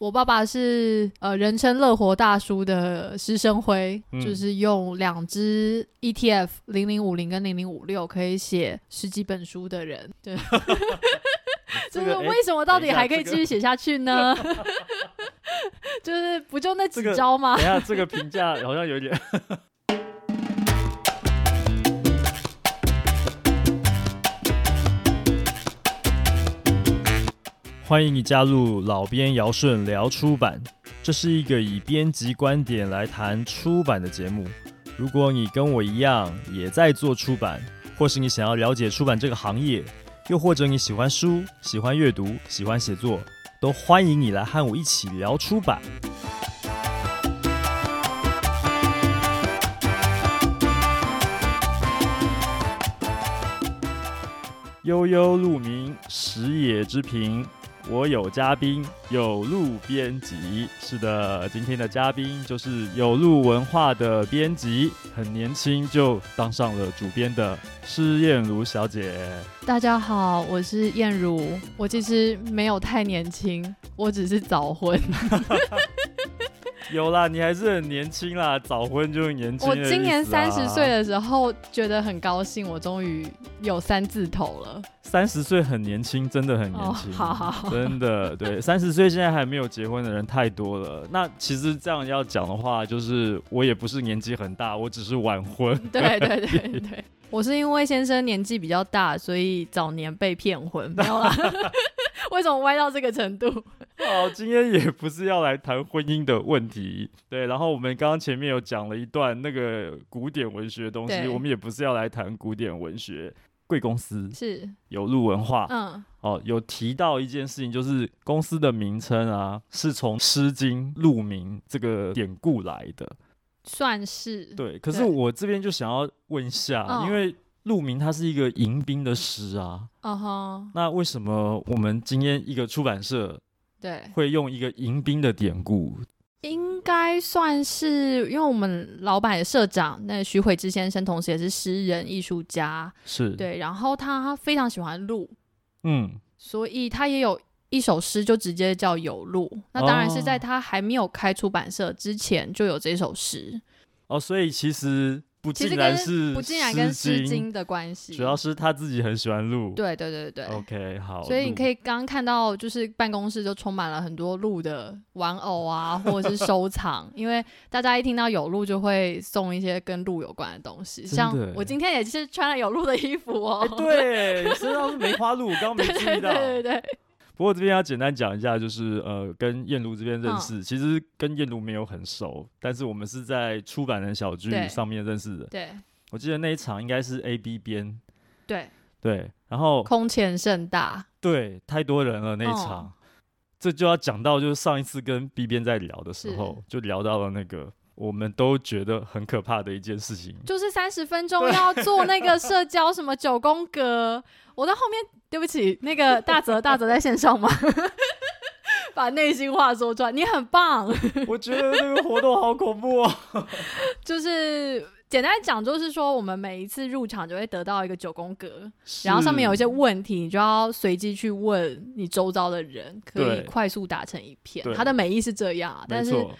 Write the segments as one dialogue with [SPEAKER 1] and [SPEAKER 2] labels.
[SPEAKER 1] 我爸爸是呃，人称“乐活大叔”的施生辉，
[SPEAKER 2] 嗯
[SPEAKER 1] 就是用两只 ETF 零零五零跟零零五六可以写十几本书的人， 对，就
[SPEAKER 2] 这
[SPEAKER 1] 是
[SPEAKER 2] 个诶
[SPEAKER 1] 为什么到底还可以
[SPEAKER 2] 等一下
[SPEAKER 1] 继续写下去呢？ 就是不就那几
[SPEAKER 2] 这个
[SPEAKER 1] 招吗
[SPEAKER 2] 等一？下，这个评价好像有点 欢迎你加入老编尧舜聊出版，这是一个以编辑观点来谈出版的节目。如果你跟我一样也在做出版，或是你想要了解出版这个行业，又或者你喜欢书、喜欢阅读、喜欢写作，都欢迎你来和我一起聊出版。悠悠鹿鸣，食野之苹。我有嘉宾，有鹿编辑。是的，今天的嘉宾就是有鹿文化的编辑，很年轻就当上了主编的施燕如小姐。
[SPEAKER 1] 大家好，我是燕如，我其实没有太年轻，我只是早婚。
[SPEAKER 2] 有啦，你还是很年轻啦，早婚就是年轻、
[SPEAKER 1] 我今年
[SPEAKER 2] 啊
[SPEAKER 1] 三十岁，的时候，觉得很高兴，我终于有三字头了。
[SPEAKER 2] 三十岁很年轻，真的很年
[SPEAKER 1] 哦
[SPEAKER 2] 轻。
[SPEAKER 1] 好好好
[SPEAKER 2] 真的对，三十岁现在还没有结婚的人太多了。那其实这样要讲的话，就是我也不是年纪很大，我只是晚婚。
[SPEAKER 1] 对对对对，我是因为先生年纪比较大，所以早年被骗婚，没有啦。 为什么歪到这个程度？
[SPEAKER 2] 好，今天也不是要来谈婚姻的问题，对。然后我们刚刚前面有讲了一段那个古典文学的东西，
[SPEAKER 1] 对
[SPEAKER 2] 我们也不是要来谈古典文学。贵公司
[SPEAKER 1] 是，
[SPEAKER 2] 有入文化、
[SPEAKER 1] 嗯，
[SPEAKER 2] 哦，有提到一件事情，就是公司的名称啊，是从《诗经》入名这个典故来的。
[SPEAKER 1] 算是。
[SPEAKER 2] 对，可是
[SPEAKER 1] 对
[SPEAKER 2] 我这边就想要问一下，
[SPEAKER 1] 嗯
[SPEAKER 2] 因为陆明他是一个迎宾的诗啊，
[SPEAKER 1] 嗯哼，
[SPEAKER 2] 那为什么我们今天一个出版社
[SPEAKER 1] 对，
[SPEAKER 2] 会用一个迎宾的典故？
[SPEAKER 1] 应该算是，因为我们老板社长那徐慧之先生，同时也是诗人、艺术家，
[SPEAKER 2] 是，，
[SPEAKER 1] 对，然后他非常喜欢鹿，
[SPEAKER 2] 嗯，
[SPEAKER 1] 所以他也有一首诗就直接叫《有路》，那当然是在
[SPEAKER 2] 哦
[SPEAKER 1] 他还没有开出版社之前就有这首诗，
[SPEAKER 2] 哦，所以其实不
[SPEAKER 1] 其
[SPEAKER 2] 竟
[SPEAKER 1] 实
[SPEAKER 2] 然
[SPEAKER 1] 跟
[SPEAKER 2] 是
[SPEAKER 1] 不竟然跟《诗经
[SPEAKER 2] 经》，
[SPEAKER 1] 的关系，
[SPEAKER 2] 主要是他自己很喜欢鹿。
[SPEAKER 1] 对对对对。
[SPEAKER 2] ，OK，好，
[SPEAKER 1] 所以你
[SPEAKER 2] 鹿
[SPEAKER 1] 可以刚刚看到，就是办公室就充满了很多鹿的玩偶啊，或者是 收藏，因为大家一听到有鹿就会送一些跟鹿有关的东西，
[SPEAKER 2] 真的
[SPEAKER 1] 像
[SPEAKER 2] 欸
[SPEAKER 1] 我今天也是穿了有鹿的衣服哦
[SPEAKER 2] 哎、，对，你身上是梅花鹿，我刚刚没注
[SPEAKER 1] 对
[SPEAKER 2] 意到。
[SPEAKER 1] 对对对，
[SPEAKER 2] 不过这边要简单讲一下，就是呃，跟燕如这边认
[SPEAKER 1] 嗯
[SPEAKER 2] 识，其实跟燕如没有很熟，但是我们是在出版人小聚
[SPEAKER 1] 对
[SPEAKER 2] 上面认识的。
[SPEAKER 1] 对
[SPEAKER 2] 我记得那一场应该是 A B 编，
[SPEAKER 1] 对，
[SPEAKER 2] 对，然后
[SPEAKER 1] 空前盛大，
[SPEAKER 2] 对，太多人了那一
[SPEAKER 1] 哦
[SPEAKER 2] 场，这就要讲到就是上一次跟 B 编在聊的时候，就聊到了那个我们都觉得很可怕的一件 事情，
[SPEAKER 1] 就是三十分钟要做那个社交什么九宫 格，我在后面，对不起，那个大泽大泽在线上吗？ 把内心话说出来，你很棒。
[SPEAKER 2] 我觉得那个活动好恐怖哦。
[SPEAKER 1] 就是简单讲，就是说我们每一次入场就会得到一个九宫格， 然后上面有一
[SPEAKER 2] 是
[SPEAKER 1] 些问题，你就要随机去问你周遭的人，可以
[SPEAKER 2] 对
[SPEAKER 1] 快速打成一片
[SPEAKER 2] 对。
[SPEAKER 1] 它的美意是这样啊，
[SPEAKER 2] 没
[SPEAKER 1] 但是
[SPEAKER 2] 错，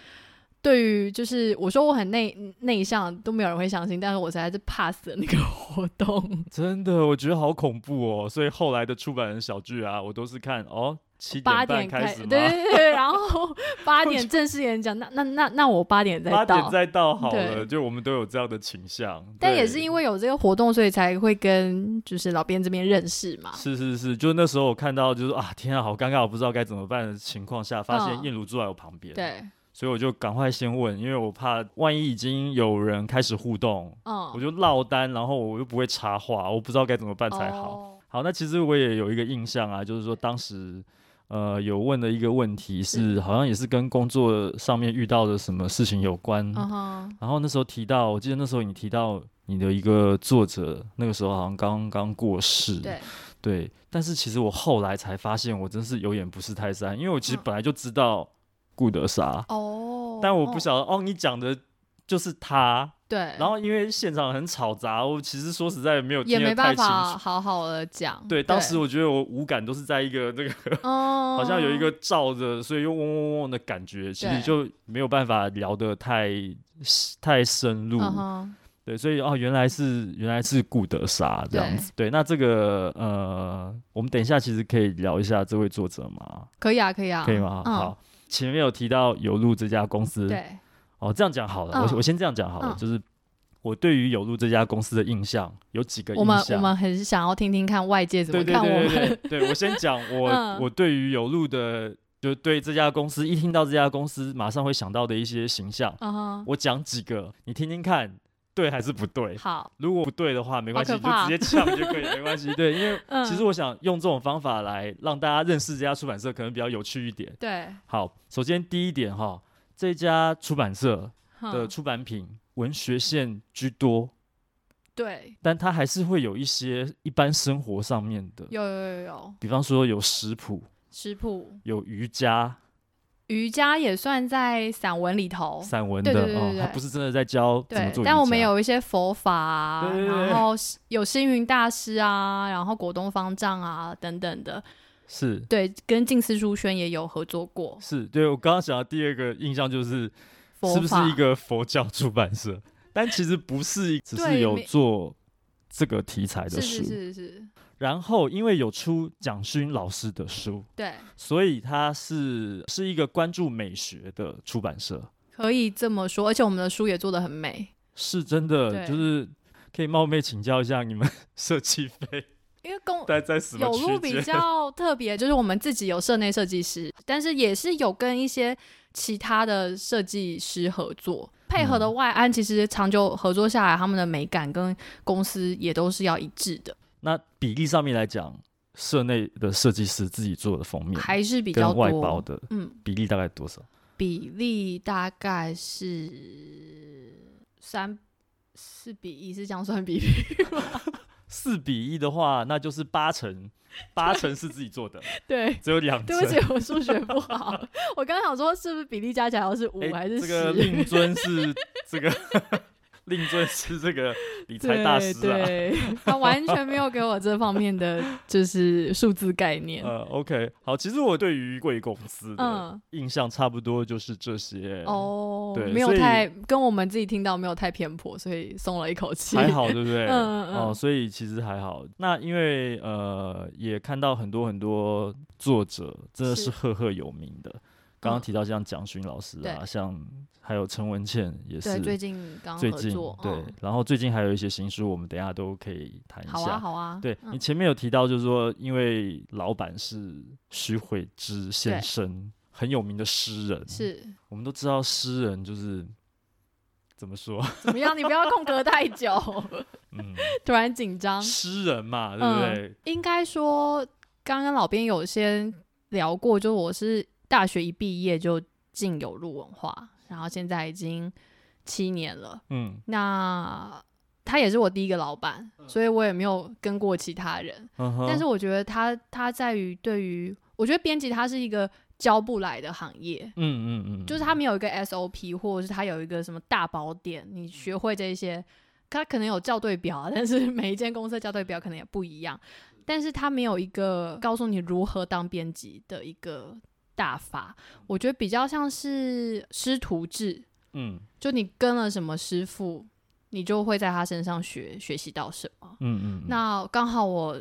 [SPEAKER 1] 对于就是我说我很内内向，都没有人会相信，但是我实在是 pass 了那个活动。
[SPEAKER 2] 真的，我觉得好恐怖哦。所以后来的出版人小剧啊，我都是看哦七
[SPEAKER 1] 八
[SPEAKER 2] 点半
[SPEAKER 1] 点
[SPEAKER 2] 开始
[SPEAKER 1] 对
[SPEAKER 2] 吗？
[SPEAKER 1] 对对，然 后八点正式演讲，那那那那我八点再
[SPEAKER 2] 八点
[SPEAKER 1] 到。
[SPEAKER 2] 再到好了，
[SPEAKER 1] 对
[SPEAKER 2] 就我们都有这样的倾向。
[SPEAKER 1] 但
[SPEAKER 2] 对
[SPEAKER 1] 也是因为有这个活动，所以才会跟就是老编这边认识嘛。
[SPEAKER 2] 是是是，就那时候我看到就是啊，天啊，好尴尬，我不知道该怎么办的情况下，发现
[SPEAKER 1] 嗯
[SPEAKER 2] 燕如坐在我旁边，，
[SPEAKER 1] 对，
[SPEAKER 2] 所以我就赶快先问，因为我怕万一已经有人开始互动，我
[SPEAKER 1] 嗯，
[SPEAKER 2] 就落单，然后我又不会插话，我不知道该怎么办才好。
[SPEAKER 1] 哦。
[SPEAKER 2] 好，那其实我也有一个印象啊，就是说当时呃有问的一个问题是，好像也是跟工作上面遇到的什么事情有关。
[SPEAKER 1] 嗯哼，
[SPEAKER 2] 然后那时候提到，我记得那时候你提到你的一个作者，那个时候好像刚刚过世。
[SPEAKER 1] 对，
[SPEAKER 2] 对但是其实我后来才发现，我真是有眼不识泰山，因为我其实
[SPEAKER 1] 嗯
[SPEAKER 2] 本来就知道顾德莎，
[SPEAKER 1] 哦。
[SPEAKER 2] 但我不
[SPEAKER 1] 哦
[SPEAKER 2] 晓得哦，你讲的就是他。
[SPEAKER 1] 对，
[SPEAKER 2] 然后因为现场很吵杂，我其实说实在没有
[SPEAKER 1] 也
[SPEAKER 2] 听
[SPEAKER 1] 没
[SPEAKER 2] 得
[SPEAKER 1] 办
[SPEAKER 2] 太清
[SPEAKER 1] 法
[SPEAKER 2] 楚。
[SPEAKER 1] 好好的讲。
[SPEAKER 2] 对，当时我觉得我五感都是在一个那个
[SPEAKER 1] 嗯，
[SPEAKER 2] 好像有一个罩着，所以又嗡嗡嗡的感觉，其实
[SPEAKER 1] 对
[SPEAKER 2] 就没有办法聊得太太深入。
[SPEAKER 1] 嗯哼，
[SPEAKER 2] 对，所以哦，原来是原来是顾德莎这样
[SPEAKER 1] 对
[SPEAKER 2] 子。对，那这个呃，我们等一下其实可以聊一下这位作者嘛，
[SPEAKER 1] 可以啊，可以啊，
[SPEAKER 2] 可以吗？
[SPEAKER 1] 嗯
[SPEAKER 2] 好，前面有提到有路这家公司，
[SPEAKER 1] 对，
[SPEAKER 2] 哦，这样讲好了，
[SPEAKER 1] 嗯
[SPEAKER 2] 我我先这样讲好了，
[SPEAKER 1] 嗯
[SPEAKER 2] 就是我对于有路这家公司的印象有几个
[SPEAKER 1] 我
[SPEAKER 2] 印
[SPEAKER 1] 们我
[SPEAKER 2] 象。
[SPEAKER 1] 们很想要听听看外界怎
[SPEAKER 2] 对
[SPEAKER 1] 么
[SPEAKER 2] 对
[SPEAKER 1] 看我
[SPEAKER 2] 对
[SPEAKER 1] 们。
[SPEAKER 2] 对对，对我先 讲我、
[SPEAKER 1] 嗯
[SPEAKER 2] 我对于有路的，就对这家公司，一听到这家公司，马上会想到的一些形象。
[SPEAKER 1] 嗯哼，
[SPEAKER 2] 我讲几个，你听听看，对还是不对？
[SPEAKER 1] 好，
[SPEAKER 2] 如果不对的话，没关系，
[SPEAKER 1] 好
[SPEAKER 2] 你
[SPEAKER 1] 可怕
[SPEAKER 2] 就直接呛就可以，没关 系。对，因为
[SPEAKER 1] 嗯，
[SPEAKER 2] 其实我想用这种方法来让大家认识这家出版社，可能比较有趣一点。
[SPEAKER 1] 对，
[SPEAKER 2] 好，首先第一点哈，这家出版社
[SPEAKER 1] 哼
[SPEAKER 2] 的出版品、文学线居多，
[SPEAKER 1] 对，
[SPEAKER 2] 但它还是会有一些一般生活上面的，
[SPEAKER 1] 有有有有
[SPEAKER 2] 比方说有食谱、
[SPEAKER 1] 食谱，
[SPEAKER 2] 有瑜伽、
[SPEAKER 1] 瑜伽也算在散文里头。
[SPEAKER 2] 散文的
[SPEAKER 1] 对对对
[SPEAKER 2] 哦
[SPEAKER 1] 对，对
[SPEAKER 2] 它不是真的在教怎么
[SPEAKER 1] 对
[SPEAKER 2] 做，瑜
[SPEAKER 1] 但我们
[SPEAKER 2] 伽
[SPEAKER 1] 有一些佛法、啊，
[SPEAKER 2] 对对对对
[SPEAKER 1] 然后是有星云大师啊，然后果东方丈啊等等的，
[SPEAKER 2] 是
[SPEAKER 1] 对，跟静思书轩也有合作过。
[SPEAKER 2] 是，对我刚刚想到第二个印象就是
[SPEAKER 1] 佛
[SPEAKER 2] 是不是
[SPEAKER 1] 法
[SPEAKER 2] 一个佛教出版社？但其实不是，只是
[SPEAKER 1] 对
[SPEAKER 2] 有
[SPEAKER 1] 没
[SPEAKER 2] 做这个题材的
[SPEAKER 1] 是
[SPEAKER 2] 书。
[SPEAKER 1] 是是是，
[SPEAKER 2] 然后因为有出蒋勋老师的书，
[SPEAKER 1] 对，
[SPEAKER 2] 所以它是是一个关注美学的出版社，
[SPEAKER 1] 可以这么说。而且我们的书也做的很美，
[SPEAKER 2] 是真的，
[SPEAKER 1] 对
[SPEAKER 2] 就是可以冒昧请教一下你们 设计费
[SPEAKER 1] 因为公
[SPEAKER 2] 大概在什么
[SPEAKER 1] 有
[SPEAKER 2] 区
[SPEAKER 1] 路
[SPEAKER 2] 间
[SPEAKER 1] 比较特别，就是我们自己有社内设计师，但是也是有跟一些其他的设计师合作。配合
[SPEAKER 2] 嗯
[SPEAKER 1] 的外安，其实长久合作下来，他们的美感跟公司也都是要一致的，
[SPEAKER 2] 那比例上面来讲，社内的设计师自己做的封面
[SPEAKER 1] 还是比较
[SPEAKER 2] 嗯跟
[SPEAKER 1] 多。
[SPEAKER 2] 外包的
[SPEAKER 1] 嗯，
[SPEAKER 2] 比例大概多少？
[SPEAKER 1] 比例大概是三四比一，是这样算比例？
[SPEAKER 2] 四比一的话，那就是八 成，八成是自己做的，
[SPEAKER 1] 对，
[SPEAKER 2] 只有两成。
[SPEAKER 1] 对不起，我数学不好。 我刚想说，是不是比例加起来要是五
[SPEAKER 2] 哎
[SPEAKER 1] 还是
[SPEAKER 2] 这
[SPEAKER 1] 十？
[SPEAKER 2] 个令尊是 这个 令尊是这个理 财大师
[SPEAKER 1] 对
[SPEAKER 2] 啊。
[SPEAKER 1] 对， 他完全没有给我这方面的就是数字概念。
[SPEAKER 2] 呃，OK，好，其实我对于贵公司的
[SPEAKER 1] 嗯，
[SPEAKER 2] 印象差不多就是这些，
[SPEAKER 1] 哦
[SPEAKER 2] 对，
[SPEAKER 1] 没有
[SPEAKER 2] 所以
[SPEAKER 1] 太跟我们自己听到没有太偏颇，所以松了一口气。
[SPEAKER 2] 还好，对不对？
[SPEAKER 1] 嗯嗯
[SPEAKER 2] 哦，
[SPEAKER 1] 嗯
[SPEAKER 2] 所以其实还好。那因为呃，也看到很多很多作者真的是
[SPEAKER 1] 是
[SPEAKER 2] 赫赫有名的，刚刚
[SPEAKER 1] 嗯
[SPEAKER 2] 提到像蒋勋老师啊，
[SPEAKER 1] 对
[SPEAKER 2] 像还有陈文茜也是，
[SPEAKER 1] 嗯对，最近刚
[SPEAKER 2] 最
[SPEAKER 1] 合
[SPEAKER 2] 近
[SPEAKER 1] 作，
[SPEAKER 2] 对
[SPEAKER 1] 嗯，
[SPEAKER 2] 然后最近还有一些新书，我们等一下都可以谈一下。
[SPEAKER 1] 好啊，好啊，
[SPEAKER 2] 对、
[SPEAKER 1] 嗯
[SPEAKER 2] 你前面有提到，就是说，因为老板是徐慧之先
[SPEAKER 1] 对
[SPEAKER 2] 生，很有名的诗人。，
[SPEAKER 1] 是
[SPEAKER 2] 我们都知道诗人就是怎么说，
[SPEAKER 1] 怎么样？你不要空格太久，
[SPEAKER 2] 嗯，
[SPEAKER 1] 突然紧张。
[SPEAKER 2] 诗人嘛，对不对？
[SPEAKER 1] 应该说，刚刚老边有先聊过，就我是大学一毕业就进有入文化，然后现在已经七年了。
[SPEAKER 2] 嗯
[SPEAKER 1] 那他也是我第一个老板，所以我也没有跟过其他人。
[SPEAKER 2] 嗯哼，
[SPEAKER 1] 但是我觉得他他在于对于，我觉得编辑他是一个教不来的行业，
[SPEAKER 2] 嗯嗯嗯，
[SPEAKER 1] 就是他没有一个 SOP，或者是他有一个什么大宝典，
[SPEAKER 2] 嗯
[SPEAKER 1] 你学会这些，他可能有校对表啊，但 是每一间公司的校对表可能也不一样，但是他没有一个告诉你如何当编辑的一个大法，我觉得比较像是师徒制，
[SPEAKER 2] 嗯
[SPEAKER 1] 就你跟了什么师傅，你就会在他身上学学习到什么。
[SPEAKER 2] 嗯嗯，
[SPEAKER 1] 那刚好我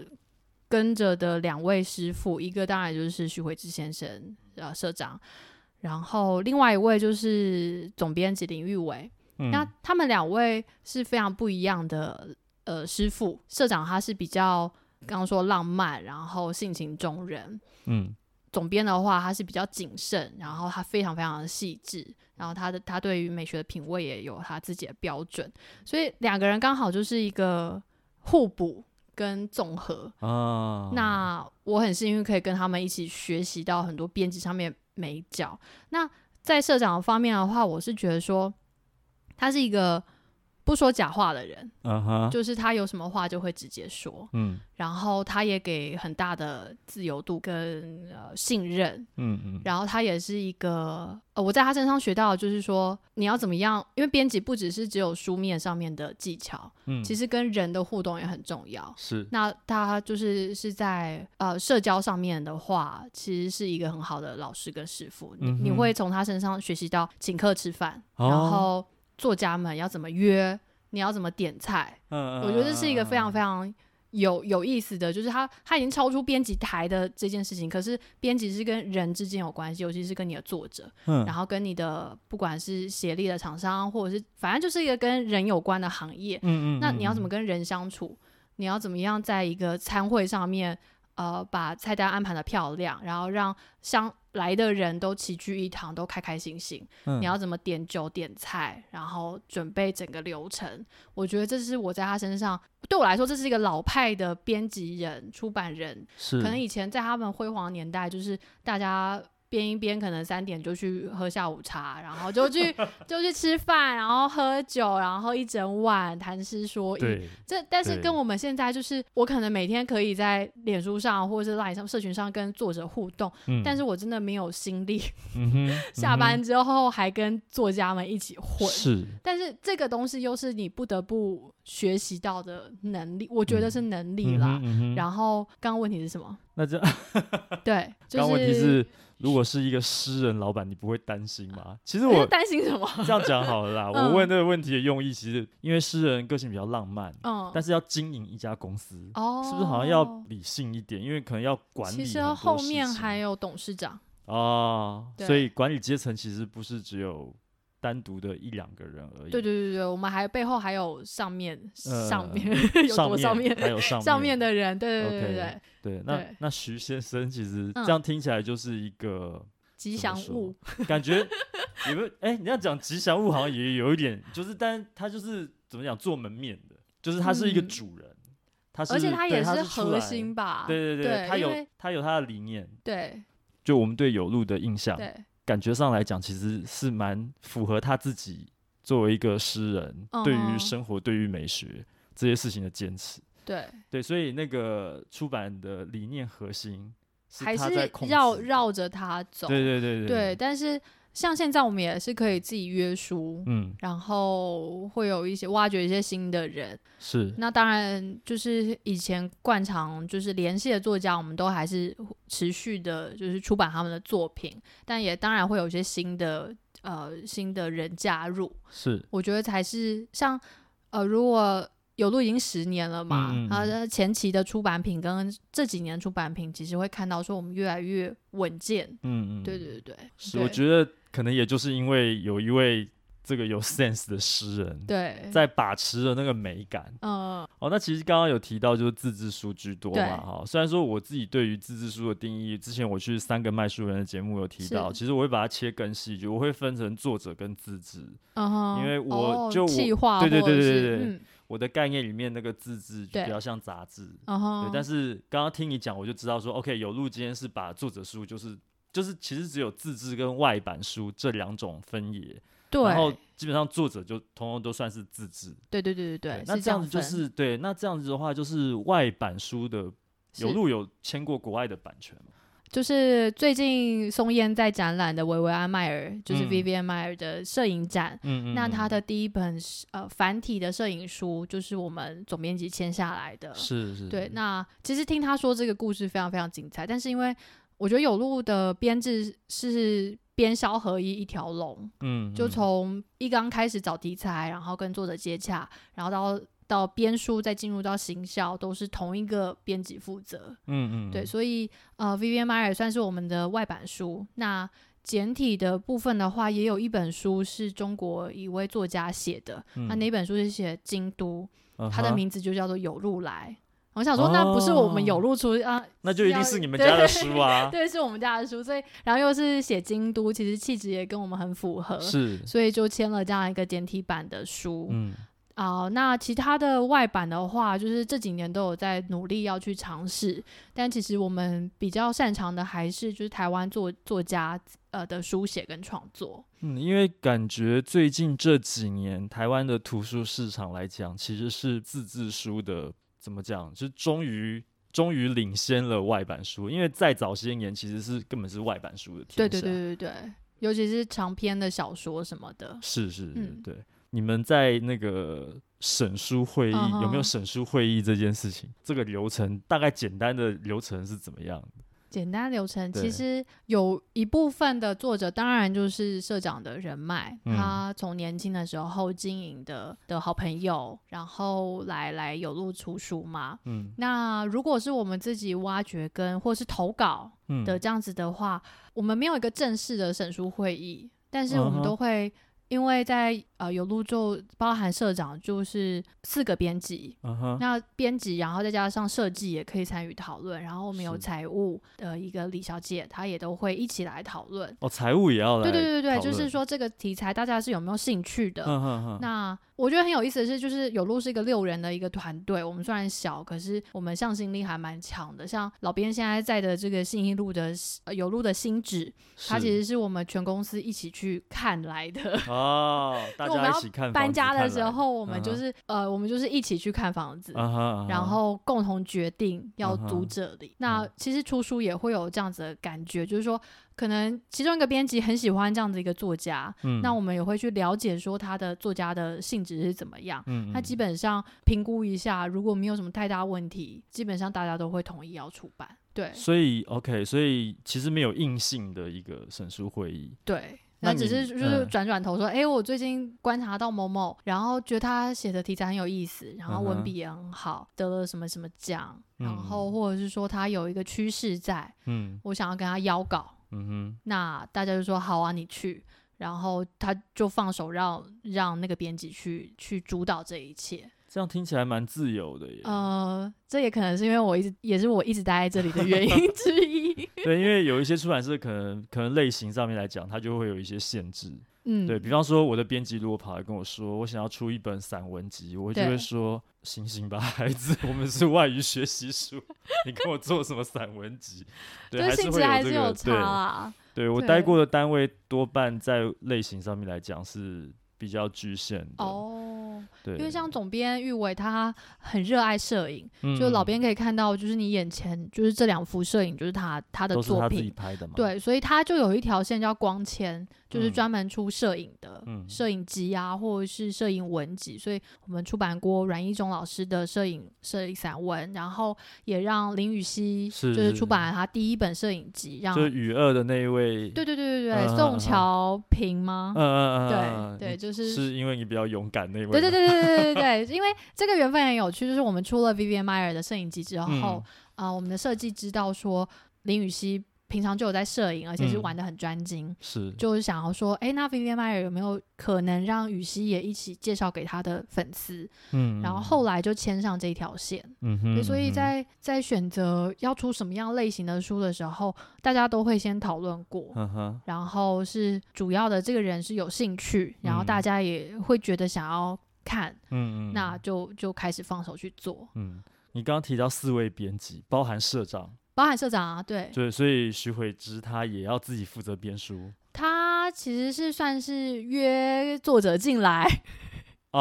[SPEAKER 1] 跟着的两位师傅，一个当然就是徐慧之先生，呃，社长，然后另外一位就是总编辑林玉伟。
[SPEAKER 2] 嗯
[SPEAKER 1] 那他们两位是非常不一样的呃师傅，社长他是比较刚刚说浪漫，然后性情中人。
[SPEAKER 2] 嗯
[SPEAKER 1] 总编的话，他是比较谨慎，然后他非常非常的细致，然后他的他对于美学的品味也有他自己的标准，所以两个人刚好就是一个互补跟综合。
[SPEAKER 2] 啊，
[SPEAKER 1] 那我很幸运可以跟他们一起学习到很多编辑上面美角。那在社长方面的话，我是觉得说他是一个不说假话的人，
[SPEAKER 2] 嗯哼，
[SPEAKER 1] 就是他有什么话就会直接说，
[SPEAKER 2] 嗯
[SPEAKER 1] 然后他也给很大的自由度跟呃信任，
[SPEAKER 2] 嗯嗯，
[SPEAKER 1] 然后他也是一个，呃，我在他身上学到的就是说，你要怎么样，因为编辑不只是只有书面上面的技巧，
[SPEAKER 2] 嗯
[SPEAKER 1] 其
[SPEAKER 2] 实
[SPEAKER 1] 实跟人的互动也很重要。
[SPEAKER 2] 是
[SPEAKER 1] 那他就是是在呃社交上面的话，其实是一个很好的老师跟师傅，你
[SPEAKER 2] 嗯哼
[SPEAKER 1] 你会从他身上学习到请客吃饭，
[SPEAKER 2] 哦
[SPEAKER 1] 然后作家们要怎么约，你要怎么点菜，
[SPEAKER 2] 嗯
[SPEAKER 1] 我觉得这是一个非常非常。有有意思的就是他，他已经超出编辑台的这件事情，可是编辑是跟人之间有关系，尤其是跟你的作者，
[SPEAKER 2] 嗯
[SPEAKER 1] 然后跟你的不管是协力的厂商，或者是反正就是一个跟人有关的行业，
[SPEAKER 2] 嗯嗯，
[SPEAKER 1] 那你要怎
[SPEAKER 2] 么
[SPEAKER 1] 么跟人相处？你要怎么样在一个餐会上面，呃，把菜单安排的漂亮，然后让相来的人都齐聚一堂，都开开心心？
[SPEAKER 2] 嗯
[SPEAKER 1] 你要怎么点酒、点菜，然后准备整个流程？我觉得这是我在他身上，对我来说，这是一个老派的编辑人、出版人。
[SPEAKER 2] 是
[SPEAKER 1] 可能以前在他们辉煌年代，就是大家。编一编，可能三点就去喝下午茶，然后就 去就去吃饭，然后喝酒，然后一整晚谈诗说艺，
[SPEAKER 2] 对
[SPEAKER 1] 这但是
[SPEAKER 2] 对
[SPEAKER 1] 跟我们现在就是，我可能每天可以在脸书上或者是 LINE 上社群上跟作者互动，
[SPEAKER 2] 嗯
[SPEAKER 1] 但是我真的没有心力，
[SPEAKER 2] 嗯哼
[SPEAKER 1] 下
[SPEAKER 2] 嗯
[SPEAKER 1] 班之后还跟作家们一起
[SPEAKER 2] 哼
[SPEAKER 1] 混。
[SPEAKER 2] 是
[SPEAKER 1] 但是这个东西又是你不得不学习到的能力，我觉得是能力啦。
[SPEAKER 2] 嗯哼嗯哼
[SPEAKER 1] 然后刚刚问题是什么？
[SPEAKER 2] 那这
[SPEAKER 1] 对，就
[SPEAKER 2] 刚刚问题
[SPEAKER 1] 是
[SPEAKER 2] 是，如果是一个诗人老板，你不会担心吗？其实
[SPEAKER 1] 我在
[SPEAKER 2] 我
[SPEAKER 1] 担心什么？
[SPEAKER 2] 这样讲好了啦，
[SPEAKER 1] 嗯
[SPEAKER 2] 我问这个问题的用意，其实因为诗人个性比较浪漫，
[SPEAKER 1] 嗯，
[SPEAKER 2] 但是要经营一家公司，
[SPEAKER 1] 哦，
[SPEAKER 2] 是不是好像要理性一点？因为可能要管
[SPEAKER 1] 其
[SPEAKER 2] 理很多事情。
[SPEAKER 1] 实后面还有董事长，
[SPEAKER 2] 哦，
[SPEAKER 1] 对
[SPEAKER 2] 所以管理阶层其实不是只有单独的一两个人而已。
[SPEAKER 1] 对对对对，我们还背后还有上面、
[SPEAKER 2] 呃
[SPEAKER 1] 上面 有
[SPEAKER 2] 上
[SPEAKER 1] 多
[SPEAKER 2] 面
[SPEAKER 1] 上面
[SPEAKER 2] 还有上
[SPEAKER 1] 上
[SPEAKER 2] 面
[SPEAKER 1] 面的人，对对对对
[SPEAKER 2] OK
[SPEAKER 1] 对，
[SPEAKER 2] 对，那
[SPEAKER 1] 对
[SPEAKER 2] 那徐先生其实
[SPEAKER 1] 嗯
[SPEAKER 2] 这样听起来就是一个
[SPEAKER 1] 吉
[SPEAKER 2] 怎么
[SPEAKER 1] 祥
[SPEAKER 2] 说
[SPEAKER 1] 物，
[SPEAKER 2] 感觉有没有？哎、你要讲吉祥物好像也有一点，就是，但他就是怎么讲做门面的，就是他是一个
[SPEAKER 1] 嗯
[SPEAKER 2] 主人，他是
[SPEAKER 1] 而且它
[SPEAKER 2] 对
[SPEAKER 1] 也
[SPEAKER 2] 他
[SPEAKER 1] 是
[SPEAKER 2] 是出来
[SPEAKER 1] 核心，吧？
[SPEAKER 2] 对对
[SPEAKER 1] 对，
[SPEAKER 2] 他
[SPEAKER 1] 因
[SPEAKER 2] 有
[SPEAKER 1] 为
[SPEAKER 2] 他有他的理念。
[SPEAKER 1] 对
[SPEAKER 2] 就我们对有路的印象，
[SPEAKER 1] 对
[SPEAKER 2] 感觉上来讲，其实是蛮符合他自己作为一个诗人，对
[SPEAKER 1] 嗯哼
[SPEAKER 2] 于生活、对于美学这些事情的坚持。
[SPEAKER 1] 对，
[SPEAKER 2] 对，所以那个出版的理念核心是
[SPEAKER 1] 还
[SPEAKER 2] 他
[SPEAKER 1] 是
[SPEAKER 2] 在控
[SPEAKER 1] 绕
[SPEAKER 2] 制
[SPEAKER 1] 绕着它走。
[SPEAKER 2] 对对对
[SPEAKER 1] 对，但是像现在我们也是可以自己约书。
[SPEAKER 2] 嗯，
[SPEAKER 1] 然后会有一些挖掘一些新的人，
[SPEAKER 2] 是
[SPEAKER 1] 那当然就是以前惯常就是联系的作家，我们都还是持续的，就是出版他们的作品，但也当然会有一些新的呃新的人加入，
[SPEAKER 2] 是，
[SPEAKER 1] 我觉得才是像呃，如果有路已经十年了嘛，
[SPEAKER 2] 嗯嗯嗯
[SPEAKER 1] 然后在前期的出版品跟这几年出版品，其实会看到说我们越来越稳健。
[SPEAKER 2] 嗯嗯，
[SPEAKER 1] 对对对对，
[SPEAKER 2] 是，我
[SPEAKER 1] 对
[SPEAKER 2] 觉得可能也就是因为有一位这个有 sense 的诗人，
[SPEAKER 1] 对，
[SPEAKER 2] 在把持着那个美感。
[SPEAKER 1] 嗯、
[SPEAKER 2] 哦，那其实刚刚有提到就是自制书居多
[SPEAKER 1] 对
[SPEAKER 2] 嘛，哈、虽然说我自己对于自制书的定义，之前我去三个卖书人的节目有提
[SPEAKER 1] 是
[SPEAKER 2] 到，其实我会把它切更细，就我会分成作者跟自制。
[SPEAKER 1] 嗯哼，
[SPEAKER 2] 因为我
[SPEAKER 1] 哦
[SPEAKER 2] 就我
[SPEAKER 1] 气化
[SPEAKER 2] 对对
[SPEAKER 1] 或者
[SPEAKER 2] 对
[SPEAKER 1] 是，
[SPEAKER 2] 对对对
[SPEAKER 1] 嗯
[SPEAKER 2] 我的概念里面那个自制就
[SPEAKER 1] 对
[SPEAKER 2] 比较像杂志，
[SPEAKER 1] 嗯
[SPEAKER 2] 对
[SPEAKER 1] 哼，，
[SPEAKER 2] 但
[SPEAKER 1] 是
[SPEAKER 2] 是刚刚听你讲，我就知道说，OK，有路今天是把作者书就是就是其实只有自制跟外版书这两种分野，
[SPEAKER 1] 对，
[SPEAKER 2] 然后基本上作者就通通都算是自制。
[SPEAKER 1] 对对对对对，
[SPEAKER 2] 那
[SPEAKER 1] 是
[SPEAKER 2] 这
[SPEAKER 1] 这
[SPEAKER 2] 样子就
[SPEAKER 1] 分
[SPEAKER 2] 是对，那这样子的话就是外版书的
[SPEAKER 1] 是
[SPEAKER 2] 有路有签过国外的版权吗？
[SPEAKER 1] 就是最近松燕在展览的维维安迈尔，就是
[SPEAKER 2] 嗯
[SPEAKER 1] Vivian 迈尔的摄影展，
[SPEAKER 2] 嗯
[SPEAKER 1] 那他的第一本是呃繁体的摄影书，就是我们总编辑签下来的。
[SPEAKER 2] 是是
[SPEAKER 1] 呃对，那其实听他说这个故事非常非常精彩，但是因为我觉得有路的编制是编销合一一条龙，
[SPEAKER 2] 嗯
[SPEAKER 1] 就从一刚开始找题材，然后跟作者接洽，然后到到编书，再进入到行销，都是同一个编辑负责。
[SPEAKER 2] 嗯嗯
[SPEAKER 1] 对，所以呃，Vivian Meyer 算是我们的外版书。那简体的部分的话，也有一本书是中国一位作家写的，
[SPEAKER 2] 嗯
[SPEAKER 1] 那、那本书是写京都，它的名字就叫做《有路来》。我想说，那不是我们有路出、啊，
[SPEAKER 2] 哦那就一定
[SPEAKER 1] 要
[SPEAKER 2] 是你们
[SPEAKER 1] 对
[SPEAKER 2] 家的书 啊，
[SPEAKER 1] 对，是我们家的书，所以然后又是写京都，
[SPEAKER 2] 呃
[SPEAKER 1] 其实气质也跟我们很符合，
[SPEAKER 2] 是
[SPEAKER 1] 所以就签了这样一个简体版的书。
[SPEAKER 2] 嗯
[SPEAKER 1] 啊、那其他的外版的话，就是这几年都有在努力要去尝试，但其实我们比较擅长的还是就是台湾作作家呃的书写跟创作。
[SPEAKER 2] 嗯，因为感觉最近这几年台湾的图书市场来讲，其实是自制书的怎么讲，是终于终于领先了外版书，因为再早些年其实是根本是啊外版书的天
[SPEAKER 1] 对
[SPEAKER 2] 下。
[SPEAKER 1] 对对对对，尤其是长篇的小说什么的，
[SPEAKER 2] 是是是，
[SPEAKER 1] 嗯
[SPEAKER 2] 对。你们在那个审书会议、
[SPEAKER 1] 嗯哼
[SPEAKER 2] 有没有审书会议这件事情？这个流程大概简单的流程是怎么样的？
[SPEAKER 1] 简单流程，
[SPEAKER 2] 对
[SPEAKER 1] 其实有一部分的作者，当然就是社长的人脉，
[SPEAKER 2] 嗯
[SPEAKER 1] 他从年轻的时候经营的的好朋友，然后来来有路出书嘛。
[SPEAKER 2] 嗯
[SPEAKER 1] 那如果是我们自己挖掘跟或是投稿
[SPEAKER 2] 嗯
[SPEAKER 1] 的这样子的话，我们没有一个正式的审书会议，但是我
[SPEAKER 2] 嗯哼
[SPEAKER 1] 们都会。因为在呃有路就包含社长就是四个编辑，
[SPEAKER 2] 嗯哼，
[SPEAKER 1] 那编辑，然后再加上设计也可以参与讨论，然后我们有
[SPEAKER 2] 是
[SPEAKER 1] 财务的一个李小姐，她也都会一起来讨论。
[SPEAKER 2] 哦，财务也要来，
[SPEAKER 1] 对对对对对，就是，说这个题材大家是有没有兴趣的？
[SPEAKER 2] 嗯哼哼，
[SPEAKER 1] 那我觉得很有意思的是，就是有路是一个六人的一个团队，我们虽然小，可是我们向心力还蛮强的。像老编现在在的这个信义路的呃有路的新址，它
[SPEAKER 2] 是
[SPEAKER 1] 其实是我们全公司一起去看来的。
[SPEAKER 2] 哦，大
[SPEAKER 1] 因为我们
[SPEAKER 2] 家一
[SPEAKER 1] 要
[SPEAKER 2] 起看
[SPEAKER 1] 搬
[SPEAKER 2] 房子
[SPEAKER 1] 家的
[SPEAKER 2] 看
[SPEAKER 1] 时
[SPEAKER 2] 来，
[SPEAKER 1] 候，我们
[SPEAKER 2] 嗯
[SPEAKER 1] 就
[SPEAKER 2] 哼
[SPEAKER 1] 是、嗯呃，我们就是一起去看房子。
[SPEAKER 2] 啊哈啊哈，
[SPEAKER 1] 然后共同决定要租
[SPEAKER 2] 嗯哼
[SPEAKER 1] 这里。那
[SPEAKER 2] 嗯
[SPEAKER 1] 其实出书也会有这样子的感觉，就是说，可能其中一个编辑很喜欢这样子一个作家，
[SPEAKER 2] 嗯，
[SPEAKER 1] 那我们也会去了解说他的作家的性质是怎么样。
[SPEAKER 2] 嗯，
[SPEAKER 1] 他
[SPEAKER 2] 嗯
[SPEAKER 1] 基本上评估一下，如果没有什么太大问题，基本上大家都会同意要出版。对
[SPEAKER 2] 所以 OK，所以其实没有硬性的一个审书会议，
[SPEAKER 1] 对。
[SPEAKER 2] 那
[SPEAKER 1] 那只是
[SPEAKER 2] 你
[SPEAKER 1] 就是
[SPEAKER 2] 嗯
[SPEAKER 1] 转转头说，哎、我最近观察到某某，然后觉得他写的题材很有意思，然后
[SPEAKER 2] 嗯哼
[SPEAKER 1] 文笔也很好，得了什么什么奖，然后
[SPEAKER 2] 嗯
[SPEAKER 1] 或者是说他有一个趋势在，
[SPEAKER 2] 嗯
[SPEAKER 1] 我想要跟他邀稿，
[SPEAKER 2] 嗯哼，
[SPEAKER 1] 那大家就说好啊，你去，然后他就放手让让那个编辑去去主导这一切。
[SPEAKER 2] 这样听起来蛮自由的耶。
[SPEAKER 1] 呃，这也可能是因为我一直也是我一直待在这里的原 因之一。
[SPEAKER 2] 对，因为有一些出版社可能可能类型上面来讲，它就会有一些限制。
[SPEAKER 1] 嗯，
[SPEAKER 2] 对比方说，我的编辑如果跑来跟我说，我想要出一本散文集，我就
[SPEAKER 1] 对
[SPEAKER 2] 会说：醒醒吧，孩子，我们是外语学习书， 你跟我做什么散文集？对，
[SPEAKER 1] 就是
[SPEAKER 2] 还是
[SPEAKER 1] 性
[SPEAKER 2] 会
[SPEAKER 1] 质还是
[SPEAKER 2] 这个。
[SPEAKER 1] 有差啊。
[SPEAKER 2] 对，对我
[SPEAKER 1] 对
[SPEAKER 2] 待过的单位多半在类型上面来讲是比较局限的。，
[SPEAKER 1] 哦，
[SPEAKER 2] 对，
[SPEAKER 1] 因为像总编玉伟他很热爱摄影，
[SPEAKER 2] 嗯
[SPEAKER 1] 就老编可以看到，就是你眼前就是这两幅摄影，就是他他的
[SPEAKER 2] 都是
[SPEAKER 1] 作
[SPEAKER 2] 他自己
[SPEAKER 1] 品。
[SPEAKER 2] 拍的嘛。，
[SPEAKER 1] 对，所以他就有一条线叫光纤，就是
[SPEAKER 2] 嗯
[SPEAKER 1] 专门出摄影的
[SPEAKER 2] 嗯
[SPEAKER 1] 摄影集啊，或者是摄影文集。所以我们出版过阮一中老师的摄影摄影散文，然后也让林雨熙
[SPEAKER 2] 是
[SPEAKER 1] 就是
[SPEAKER 2] 是
[SPEAKER 1] 出版了他第一本摄影集，让
[SPEAKER 2] 就是雨二的那一位。
[SPEAKER 1] 对对对对对，
[SPEAKER 2] 嗯嗯嗯嗯
[SPEAKER 1] 宋乔平吗
[SPEAKER 2] 嗯，？嗯嗯嗯嗯，
[SPEAKER 1] 对对，
[SPEAKER 2] 你
[SPEAKER 1] 就是
[SPEAKER 2] 是因为你比较勇敢那一位吗。
[SPEAKER 1] 对对对对对对对对，因为这个缘分很有趣，就是我们出了 Vivian Meyer 的摄影集之后，
[SPEAKER 2] 嗯
[SPEAKER 1] 啊、我们的设计知道说林雨熙平常就有在摄影，而且是
[SPEAKER 2] 嗯
[SPEAKER 1] 玩的很专精，
[SPEAKER 2] 是，
[SPEAKER 1] 就是想要说，哎，那 Vivian Meyer 有没有可能让雨熙也一起介绍给他的粉丝？
[SPEAKER 2] 嗯
[SPEAKER 1] 然后后，来就牵上这条线，
[SPEAKER 2] 嗯哼
[SPEAKER 1] 对所以
[SPEAKER 2] 嗯哼
[SPEAKER 1] 在在选择要出什么样类型的书的时候，大家都会先讨论过。
[SPEAKER 2] 嗯哼，
[SPEAKER 1] 然后是主要的这个人是有兴趣，然后大
[SPEAKER 2] 嗯
[SPEAKER 1] 家也会觉得想要看，
[SPEAKER 2] 嗯嗯，
[SPEAKER 1] 那就就开始放手去做，
[SPEAKER 2] 嗯，你刚刚提到四位编辑，包含社长，
[SPEAKER 1] 包含社长啊，对
[SPEAKER 2] 对，所以徐慧芝她也要自己负责编书
[SPEAKER 1] 他其实是算是约作者进来，
[SPEAKER 2] 啊，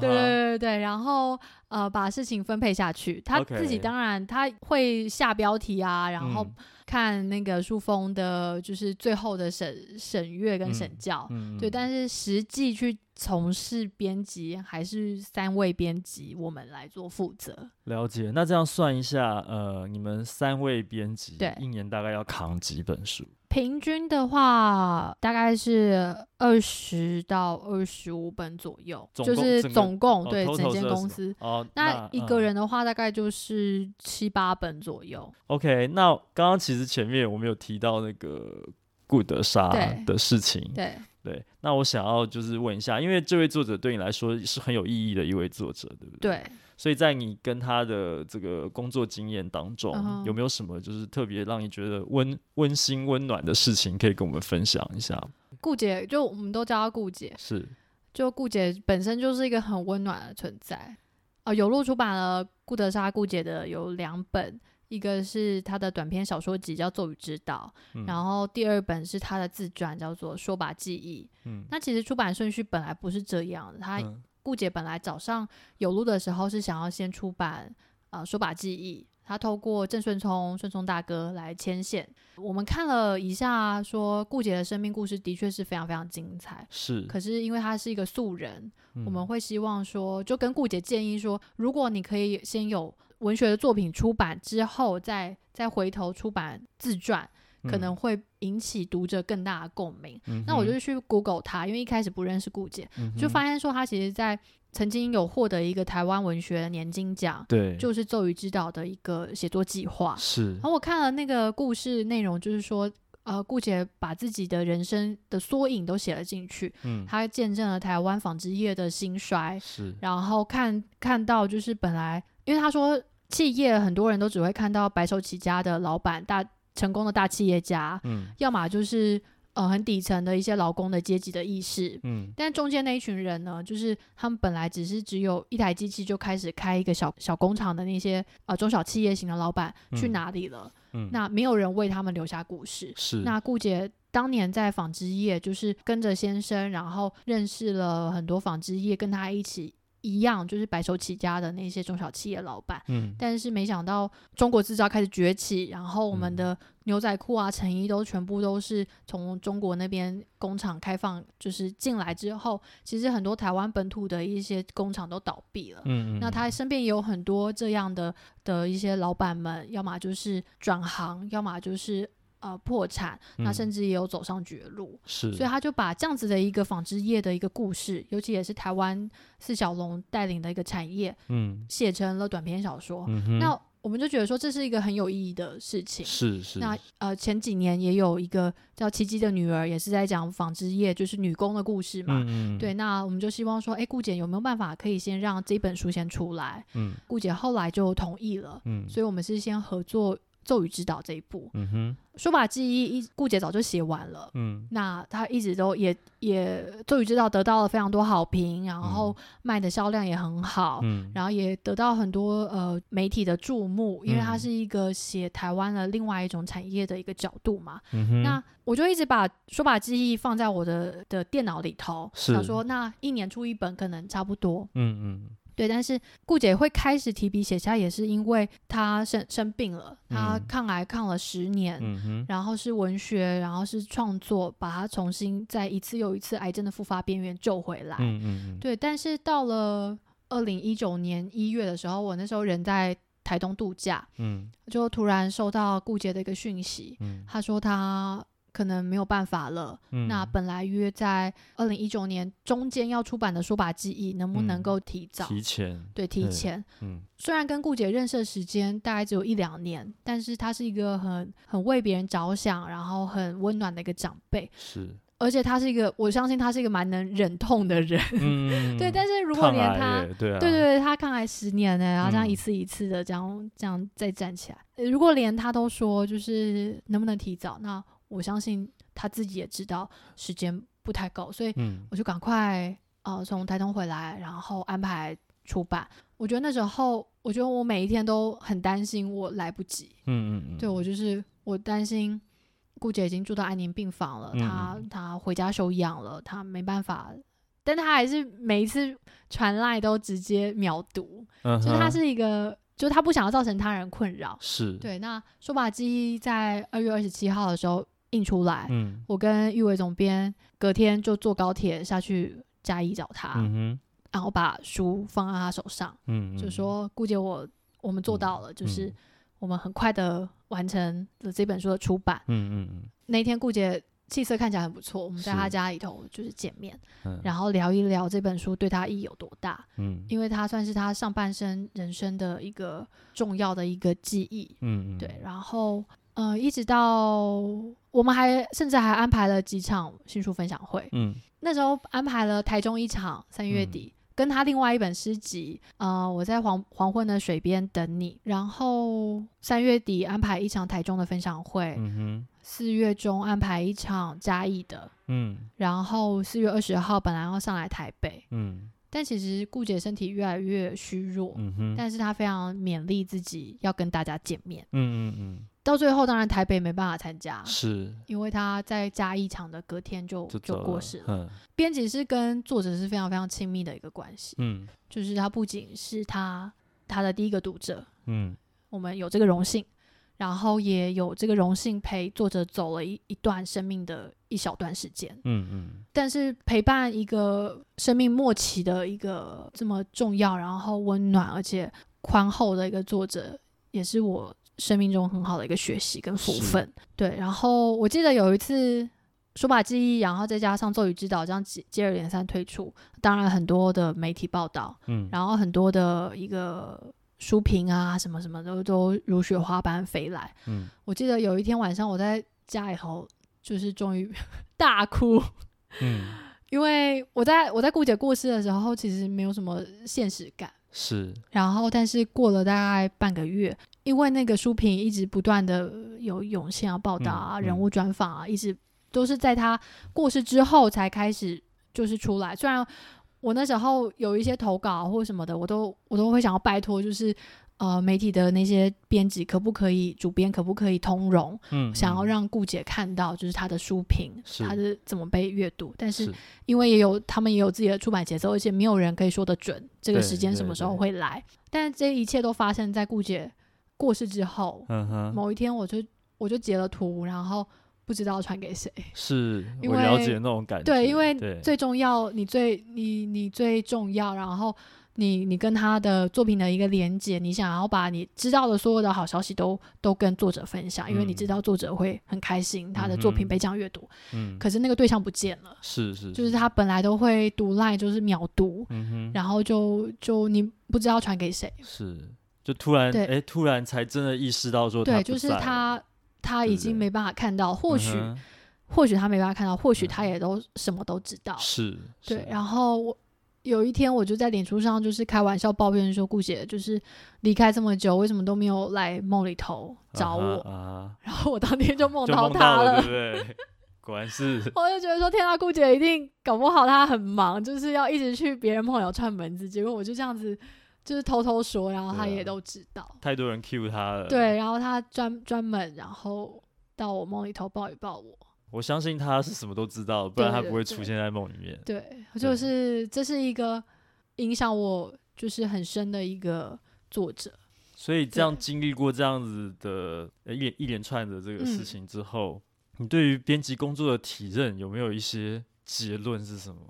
[SPEAKER 1] 对
[SPEAKER 2] 哈
[SPEAKER 1] 对对对，然后呃把事情分配下去，他
[SPEAKER 2] OK
[SPEAKER 1] 自己当然他会下标题啊，然后
[SPEAKER 2] 嗯
[SPEAKER 1] 看那个书封的，就是最后的审审阅跟审
[SPEAKER 2] 嗯
[SPEAKER 1] 校，
[SPEAKER 2] 嗯，
[SPEAKER 1] 对，
[SPEAKER 2] 嗯
[SPEAKER 1] 但是实际去从事编辑还是三位编辑我们来做负责。
[SPEAKER 2] 了解。那这样算一下，呃，你们三位编辑，
[SPEAKER 1] 对
[SPEAKER 2] 一年大概要扛几本书？
[SPEAKER 1] 平均的话，大概是二十到二十五本左右，
[SPEAKER 2] 总
[SPEAKER 1] 就
[SPEAKER 2] 共
[SPEAKER 1] 是
[SPEAKER 2] 整个
[SPEAKER 1] 总共、
[SPEAKER 2] 哦
[SPEAKER 1] 对
[SPEAKER 2] total
[SPEAKER 1] 整间
[SPEAKER 2] 是
[SPEAKER 1] 公
[SPEAKER 2] 20
[SPEAKER 1] 司。
[SPEAKER 2] 哦，
[SPEAKER 1] 那一个
[SPEAKER 2] 嗯
[SPEAKER 1] 人的话，大概就是七八本左右。
[SPEAKER 2] OK，那刚刚其实前面我们有提到那个顾德莎
[SPEAKER 1] 对
[SPEAKER 2] 的事情，
[SPEAKER 1] 对，
[SPEAKER 2] 对，那我想要就是问一下，因为这位作者对你来说是很有意义的一位作者，对不对？
[SPEAKER 1] 对，
[SPEAKER 2] 所以在你跟他的这个工作经验当中，
[SPEAKER 1] 嗯哼
[SPEAKER 2] 有没有什么就是特别让你觉得温温馨温暖的事情可以跟我们分享一下？
[SPEAKER 1] 顾姐就我们都叫她顾姐，
[SPEAKER 2] 是，
[SPEAKER 1] 就顾姐本身就是一个很温暖的存在。哦，有路出版了顾德莎顾姐的有两本，一个是她的短篇小说集叫《咒语之岛》，
[SPEAKER 2] 嗯
[SPEAKER 1] 然后第二本是她的自传叫做《说吧记忆》。
[SPEAKER 2] 嗯
[SPEAKER 1] 那其实出版顺序本来不是这样的，她
[SPEAKER 2] 嗯
[SPEAKER 1] 顾姐本来早上有路的时候是想要先出版呃说把记忆，她透过郑顺聪顺聪大哥来牵线。我们看了一下，说顾姐的生命故事的确是非常非常精彩。
[SPEAKER 2] 是，嗯
[SPEAKER 1] 可是因为她是一个素人，我
[SPEAKER 2] 我
[SPEAKER 1] 们会希望说，就跟顾姐建议说，如果你可以先有文学的作品出版之后，再再回头出版自传，
[SPEAKER 2] 嗯
[SPEAKER 1] 可能会引起读者更大的共鸣。那我就去 Google 她，因为一开始不认识顾姐，就发
[SPEAKER 2] 现
[SPEAKER 1] 现说他其实在曾经有获得一个台湾文学年金奖，
[SPEAKER 2] 对，
[SPEAKER 1] 就是《咒语之岛》的一个写作计划。
[SPEAKER 2] 是
[SPEAKER 1] 然后我看了那个故事内容，就是说，呃，顾姐把自己的人生的缩影都写了进去，
[SPEAKER 2] 嗯
[SPEAKER 1] 她见证了台湾纺织业的兴衰，
[SPEAKER 2] 是
[SPEAKER 1] 然后看看到就是本来，因为他说企业很多人都只会看到白手起家的老板、大成功的大企业家，
[SPEAKER 2] 嗯
[SPEAKER 1] 要么就是呃很底层的一些劳工的阶级的意识，
[SPEAKER 2] 嗯
[SPEAKER 1] 但中间那一群人呢，就是他们本来只是只有一台机器就开始开一个小小工厂的那些呃中小企业型的老板去
[SPEAKER 2] 嗯
[SPEAKER 1] 哪里了？
[SPEAKER 2] 嗯
[SPEAKER 1] 那没有人为他们留下故事。
[SPEAKER 2] 是
[SPEAKER 1] 那顾姐当年在纺织业，就是跟着先生，然后认识了很多纺织业跟他一起一样，就是白手起家的那些中小企业老板。
[SPEAKER 2] 嗯
[SPEAKER 1] 但是没想到中国制造开始崛起，然后我们
[SPEAKER 2] 嗯
[SPEAKER 1] 的牛仔裤啊、成衣都全部都是从中国那边工厂开放，就是进来之后，其实很多台湾本土的一些工厂都倒闭了。
[SPEAKER 2] 嗯
[SPEAKER 1] 那他身边也有很多这样的的一些老板们，要么就是转行，要么就是呃破产，那甚
[SPEAKER 2] 至
[SPEAKER 1] 至也有走上绝路。
[SPEAKER 2] 嗯是
[SPEAKER 1] 所以他就把这样子的一个纺织业的一个故事，尤其也是台湾四小龙带领的一个产业，
[SPEAKER 2] 嗯
[SPEAKER 1] 写成了短篇小说。
[SPEAKER 2] 嗯哼
[SPEAKER 1] 那我们就觉得说这是一个很有意义的事情。
[SPEAKER 2] 是是
[SPEAKER 1] 那呃，前几年也有一个叫《奇迹的女儿》，也是在讲纺织业就是女工的故事嘛。
[SPEAKER 2] 嗯嗯
[SPEAKER 1] 对，那我们就希望说，哎，顾姐有没有办法可以先让这本书先出来？
[SPEAKER 2] 嗯
[SPEAKER 1] 顾姐后来就同意了，
[SPEAKER 2] 嗯
[SPEAKER 1] 所以我们是先合作《咒语之岛》这一部。
[SPEAKER 2] 嗯哼
[SPEAKER 1] 说把记忆一顾姐早就写完了，
[SPEAKER 2] 嗯
[SPEAKER 1] 那她一直都也也《咒语之岛》得到了非常多好评，然后卖的销量也很好，
[SPEAKER 2] 嗯
[SPEAKER 1] 哦然后也得到很多呃媒体的注目，因为它
[SPEAKER 2] 嗯
[SPEAKER 1] 是一个写台湾的另外一种产业的一个角度嘛。
[SPEAKER 2] 嗯哼
[SPEAKER 1] 那我就一直把说把记忆放在我的的电脑里头，
[SPEAKER 2] 是
[SPEAKER 1] 想说那一年出一本可能差不多。
[SPEAKER 2] 嗯嗯
[SPEAKER 1] 对，但是顾姐会开始提笔写下，也是因为她生生病了，她
[SPEAKER 2] 嗯
[SPEAKER 1] 抗癌抗了十年。
[SPEAKER 2] 嗯哼
[SPEAKER 1] 然后是文学，然后是创作，把她重新在一次又一次癌症的复发边缘救回来。
[SPEAKER 2] 嗯嗯嗯
[SPEAKER 1] 对，但是到了二零一九年一月的时候，我那时候人在台东度假，
[SPEAKER 2] 嗯
[SPEAKER 1] 就突然收到顾杰的一个讯息，
[SPEAKER 2] 嗯
[SPEAKER 1] 他说他可能没有办法了。
[SPEAKER 2] 嗯
[SPEAKER 1] 那本来约在二零一九年中间要出版的《说吧记忆》，能不能
[SPEAKER 2] 嗯
[SPEAKER 1] 够提早？
[SPEAKER 2] 提前
[SPEAKER 1] 对，提
[SPEAKER 2] 对
[SPEAKER 1] 前。
[SPEAKER 2] 嗯
[SPEAKER 1] 虽然跟顾姐认识的时间大概只有一两年，但是她是一个很很为别人着想，然后很温暖的一个长辈，
[SPEAKER 2] 是
[SPEAKER 1] 而且她是一个，我相信她是一个蛮能忍痛的人。
[SPEAKER 2] 嗯
[SPEAKER 1] 对，但
[SPEAKER 2] 是
[SPEAKER 1] 是如果连她
[SPEAKER 2] 对啊
[SPEAKER 1] 对对对，他抗癌十年呢、然后这样
[SPEAKER 2] 嗯
[SPEAKER 1] 一次一次的这样、这样再站起来。呃如果连他都说就是能不能提早，那我相信他自己也知道时间不太够，所以
[SPEAKER 2] 嗯
[SPEAKER 1] 我就赶快呃从台东回来，然后安排出版。我觉得那时候，我觉得我每一天都很担心我来不及，
[SPEAKER 2] 嗯嗯嗯
[SPEAKER 1] 对我就是我担心。顾姐已经住到安宁病房了，
[SPEAKER 2] 嗯
[SPEAKER 1] 她
[SPEAKER 2] 嗯
[SPEAKER 1] 她回家休养了，她没办法，但她还是每一次传来都直接秒读，
[SPEAKER 2] 嗯
[SPEAKER 1] 就是
[SPEAKER 2] 哼
[SPEAKER 1] 她是一个，就是她不想要造成他人困扰。
[SPEAKER 2] 是
[SPEAKER 1] 对，那说把记忆在二月二十七号的时候印出来，
[SPEAKER 2] 嗯
[SPEAKER 1] 我跟玉伟总编隔天就坐高铁下去嘉义找他，
[SPEAKER 2] 嗯哼
[SPEAKER 1] 然后把书放在他手上，
[SPEAKER 2] 嗯
[SPEAKER 1] 就
[SPEAKER 2] 嗯
[SPEAKER 1] 说顾姐我我们做到了，就是
[SPEAKER 2] 嗯
[SPEAKER 1] 我们很快的完成了这本书的出版。
[SPEAKER 2] 嗯嗯
[SPEAKER 1] 那天顾姐气色看起来很不错，我们在
[SPEAKER 2] 是
[SPEAKER 1] 她家里头就是见面，
[SPEAKER 2] 嗯
[SPEAKER 1] 然后聊一聊这本书对她意义有多大，
[SPEAKER 2] 嗯
[SPEAKER 1] 因为它算是她上半生人生的一个重要的一个记忆。
[SPEAKER 2] 嗯嗯
[SPEAKER 1] 对，然后呃，一直到我们还甚至还安排了几场新书分享会，
[SPEAKER 2] 嗯
[SPEAKER 1] 那时候安排了台中一场，三月
[SPEAKER 2] 嗯
[SPEAKER 1] 底。跟他另外一本诗集，呃，我在黄黄昏的水边等你，然后三月底安排一场台中的分享会，
[SPEAKER 2] 嗯哼，
[SPEAKER 1] 四月中安排一场嘉义的，
[SPEAKER 2] 嗯
[SPEAKER 1] 然后四月二十号本来要上来台北，
[SPEAKER 2] 嗯
[SPEAKER 1] 但其实顾姐身体越来越虚弱，
[SPEAKER 2] 嗯哼，嗯
[SPEAKER 1] 但是她非常勉励自己要跟大家见面。
[SPEAKER 2] 嗯嗯
[SPEAKER 1] 到最后，当然台北没办法参加
[SPEAKER 2] 嗯，，是
[SPEAKER 1] 因为她在嘉义场的隔天就
[SPEAKER 2] 就
[SPEAKER 1] 就
[SPEAKER 2] 走
[SPEAKER 1] 过世了。
[SPEAKER 2] 嗯
[SPEAKER 1] 编辑是跟作者是非常非常亲密的一个关系，
[SPEAKER 2] 嗯
[SPEAKER 1] 就是他不仅是他他的第一个读者，
[SPEAKER 2] 嗯
[SPEAKER 1] 我们有这个荣幸，然后也有这个荣幸陪作者走了一一段生命的一小段时间。
[SPEAKER 2] 嗯嗯
[SPEAKER 1] 但是陪伴一个生命末期的一个这么重要，然后温暖而且宽厚的一个作者，也是我生命中很好的一个学习跟福分。对，然后我记得有一次书法记忆，然后再加上咒语指导这样接接二连三推出，当然很多的媒体报道，
[SPEAKER 2] 嗯，
[SPEAKER 1] 然后很多的一个书评啊什么什么都都如雪花般飞来。
[SPEAKER 2] 嗯
[SPEAKER 1] 我记得有一天晚上我在家里头，就是终于 大哭。
[SPEAKER 2] 嗯
[SPEAKER 1] 因为我在我在顾姐过世的时候，其实没有什么现实感。
[SPEAKER 2] 是
[SPEAKER 1] 然后，但是过了大概半个月，因为那个书评一直不断的有涌现啊、报道啊、
[SPEAKER 2] 嗯嗯
[SPEAKER 1] 人物专访啊，一直都是在她过世之后才开始就是出来。虽然我那时候有一些投稿或什么的，我都我都会想要拜托，就是呃媒体的那些编辑可不可以，主编可不可以通融，
[SPEAKER 2] 嗯
[SPEAKER 1] 想要
[SPEAKER 2] 嗯
[SPEAKER 1] 让顾姐看到就是她的书评，
[SPEAKER 2] 是
[SPEAKER 1] 她的怎么被阅读，但是
[SPEAKER 2] 是
[SPEAKER 1] 因为也有他们也有自己的出版节奏，而且没有人可以说得准这个
[SPEAKER 2] 对
[SPEAKER 1] 时间
[SPEAKER 2] 对
[SPEAKER 1] 什么时候
[SPEAKER 2] 对
[SPEAKER 1] 会来。但这一切都发生在顾姐过世之后，
[SPEAKER 2] 嗯哼
[SPEAKER 1] 某一天我就我就截了图，然后不知道传给谁。
[SPEAKER 2] 是，
[SPEAKER 1] 因
[SPEAKER 2] 我了
[SPEAKER 1] 为
[SPEAKER 2] 解那种感觉，
[SPEAKER 1] 对，因为
[SPEAKER 2] 对
[SPEAKER 1] 最重要，你最你你最重要，然后你你跟他的作品的一个连接，你想要把你知道的所有的好消息都都跟作者分享，因为你
[SPEAKER 2] 嗯
[SPEAKER 1] 知道作者会很开心，他的作
[SPEAKER 2] 嗯哼
[SPEAKER 1] 品被这样阅读。
[SPEAKER 2] 嗯
[SPEAKER 1] 可是那个对象不见了，
[SPEAKER 2] 是是
[SPEAKER 1] 就是他本来都会读赖，就是秒读。
[SPEAKER 2] 嗯哼
[SPEAKER 1] 然后就就你不知道传给谁，
[SPEAKER 2] 是。就突然，
[SPEAKER 1] 对
[SPEAKER 2] 哎，突然才真的意识到说
[SPEAKER 1] 对，
[SPEAKER 2] 不
[SPEAKER 1] 就是
[SPEAKER 2] 在了
[SPEAKER 1] 他他
[SPEAKER 2] 对
[SPEAKER 1] 已
[SPEAKER 2] 不
[SPEAKER 1] 经
[SPEAKER 2] 对
[SPEAKER 1] 没办法看到，或
[SPEAKER 2] 嗯
[SPEAKER 1] 许、
[SPEAKER 2] 哼
[SPEAKER 1] 或许他没办法看到，或许
[SPEAKER 2] 嗯
[SPEAKER 1] 他也都什么都知道，
[SPEAKER 2] 是，啊
[SPEAKER 1] 对。
[SPEAKER 2] 后
[SPEAKER 1] 然后我有一天我就在脸书上就是开玩笑抱怨说，顾姐就是离开这么久，为什么都没有来梦里头找我？
[SPEAKER 2] 啊
[SPEAKER 1] 然后我当天就梦
[SPEAKER 2] 哈，就
[SPEAKER 1] 到
[SPEAKER 2] 梦
[SPEAKER 1] 他
[SPEAKER 2] 到
[SPEAKER 1] 了
[SPEAKER 2] 对。不对？ 果然是，
[SPEAKER 1] 我就觉得说，天啊，顾姐一定搞不好她很忙，就是要一直去别人朋友串门子。结果我就这样子，就是偷偷说，然后她
[SPEAKER 2] 对啊
[SPEAKER 1] 也都知道。
[SPEAKER 2] 太多人 cue 他了。
[SPEAKER 1] 对，，然后他专专门然后到我梦里头抱一抱我。
[SPEAKER 2] 我相信他是什么都知道，不然
[SPEAKER 1] 对
[SPEAKER 2] 他
[SPEAKER 1] 对
[SPEAKER 2] 不会
[SPEAKER 1] 对
[SPEAKER 2] 出现在梦里面。
[SPEAKER 1] 对，就是这是一个影响我就是很深的一个作者。
[SPEAKER 2] 所以这样
[SPEAKER 1] 对
[SPEAKER 2] 经历过这样子的呃一连一连串的这个事
[SPEAKER 1] 嗯
[SPEAKER 2] 情之后，你对于编辑工作的体认有没有一些结论是什么？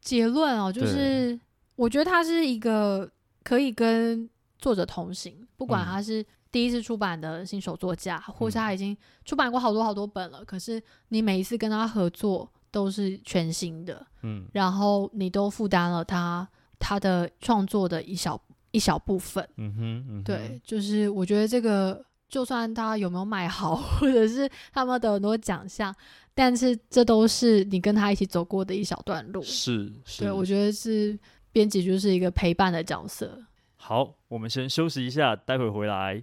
[SPEAKER 1] 结论哦，就是我觉得他是一个可以跟作者同行，不管
[SPEAKER 2] 嗯
[SPEAKER 1] 他是第一次出版的新手作家，或是
[SPEAKER 2] 嗯
[SPEAKER 1] 他已经出版过好多好多本了，可是你每一次跟他合作都是全新的，
[SPEAKER 2] 嗯
[SPEAKER 1] 然后你都负担了他他的创作的一小一小部分。
[SPEAKER 2] 嗯哼，嗯哼
[SPEAKER 1] 对，，就是我觉得这个，就算他有没有卖好， 或者是他们的很多奖项，但是这都是你跟他一起走过的一小段路。
[SPEAKER 2] 是是。
[SPEAKER 1] 对，我觉得是编辑就是一个陪伴的角色。
[SPEAKER 2] 好，我们先休息一下，待会回来。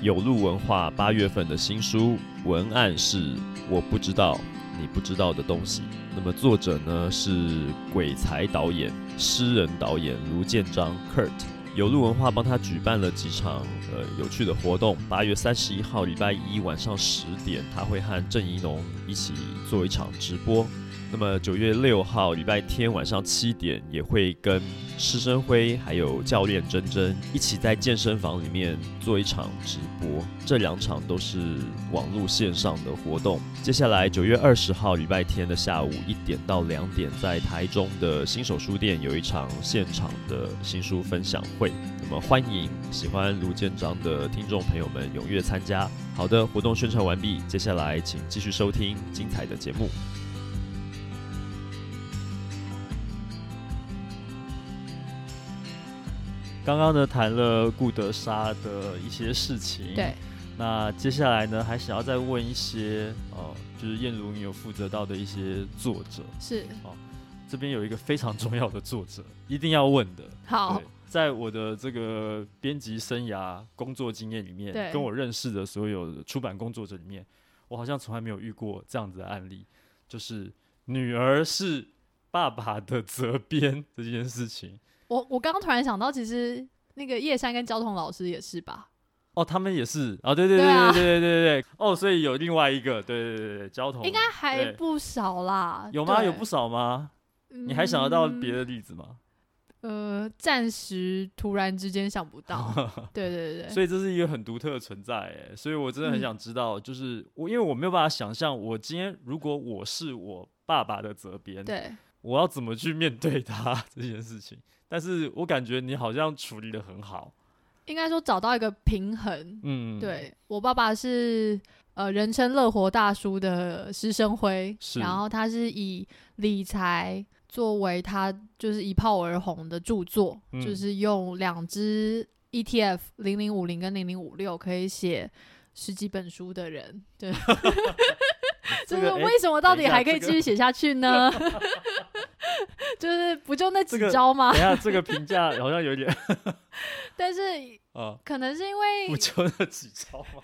[SPEAKER 2] 有路文化八月份的新书，文案是我不知道你不知道的东西。那么作者呢是鬼才导演、诗人导演卢建章 Kurt。有路文化帮他举办了几场呃有趣的活动。八月三十一号礼拜一晚上十点，他会和郑怡农一起做一场直播。那么九月六号礼拜天晚上七点，也会跟师生辉还有教练珍珍一起在健身房里面做一场直播。这两场都是网络线上的活动。接下来九月二十号礼拜天的下午一点到两点，在台中的新手书店有一场现场的新书分享会。那么欢迎喜欢卢建章的听众朋友们踊跃参加。好的，活动宣传完毕，接下来请继续收听精彩的节目。刚刚呢谈了顾德莎的一些事情，
[SPEAKER 1] 对，
[SPEAKER 2] 那接下来呢，还想要再问一些哦，就是燕如你有负责到的一些作者，
[SPEAKER 1] 是
[SPEAKER 2] 这边有一个非常重要的作者，一定要问的。
[SPEAKER 1] 好
[SPEAKER 2] 对，，在我的这个编辑生涯工作经验里面
[SPEAKER 1] 对，
[SPEAKER 2] 跟我认识的所有的出版工作者里面，我好像从来没有遇过这样子的案例，就是女儿是爸爸的责编这件事情。
[SPEAKER 1] 我我刚刚突然想到，其实那个叶山跟交通老师也是吧？
[SPEAKER 2] 哦，他们也是啊，对对对
[SPEAKER 1] 对啊
[SPEAKER 2] 对对对对对，哦，所以有另外一个，对对对对对，交通
[SPEAKER 1] 应该还
[SPEAKER 2] 哦对
[SPEAKER 1] 不少啦。
[SPEAKER 2] 有吗？
[SPEAKER 1] 对
[SPEAKER 2] 有不少吗？你还想得到别的例子吗？
[SPEAKER 1] 嗯呃，暂时突然之间想不 到。对对对对，
[SPEAKER 2] 所以这是一个很独特的存在，哎，所以我真的很想知道，就是我因为我没有办法想象，我今天如果我是我爸爸的责编，
[SPEAKER 1] 嗯对
[SPEAKER 2] 我要怎么去面对他 这件事情。但是我感觉你好像处理的很好，
[SPEAKER 1] 应该说找到一个平衡。
[SPEAKER 2] 嗯，，
[SPEAKER 1] 对我爸爸是呃人称“乐活大叔”的师生辉，
[SPEAKER 2] 是
[SPEAKER 1] 然后他是以理财作为他就是一炮而红的著作，
[SPEAKER 2] 嗯
[SPEAKER 1] 就是用两只 ETF 零零五零跟零零五六可以写十几本书的人，对， 就
[SPEAKER 2] 这
[SPEAKER 1] 是
[SPEAKER 2] 个哎
[SPEAKER 1] 为什么到
[SPEAKER 2] 等
[SPEAKER 1] 底
[SPEAKER 2] 一下
[SPEAKER 1] 还可以
[SPEAKER 2] 这个
[SPEAKER 1] 继续写下去呢？ 就是不就那几
[SPEAKER 2] 这个
[SPEAKER 1] 招吗
[SPEAKER 2] 等一？下这个评价好像有点
[SPEAKER 1] 但是
[SPEAKER 2] 啊，
[SPEAKER 1] 可能是因为
[SPEAKER 2] 不就那几招 吗？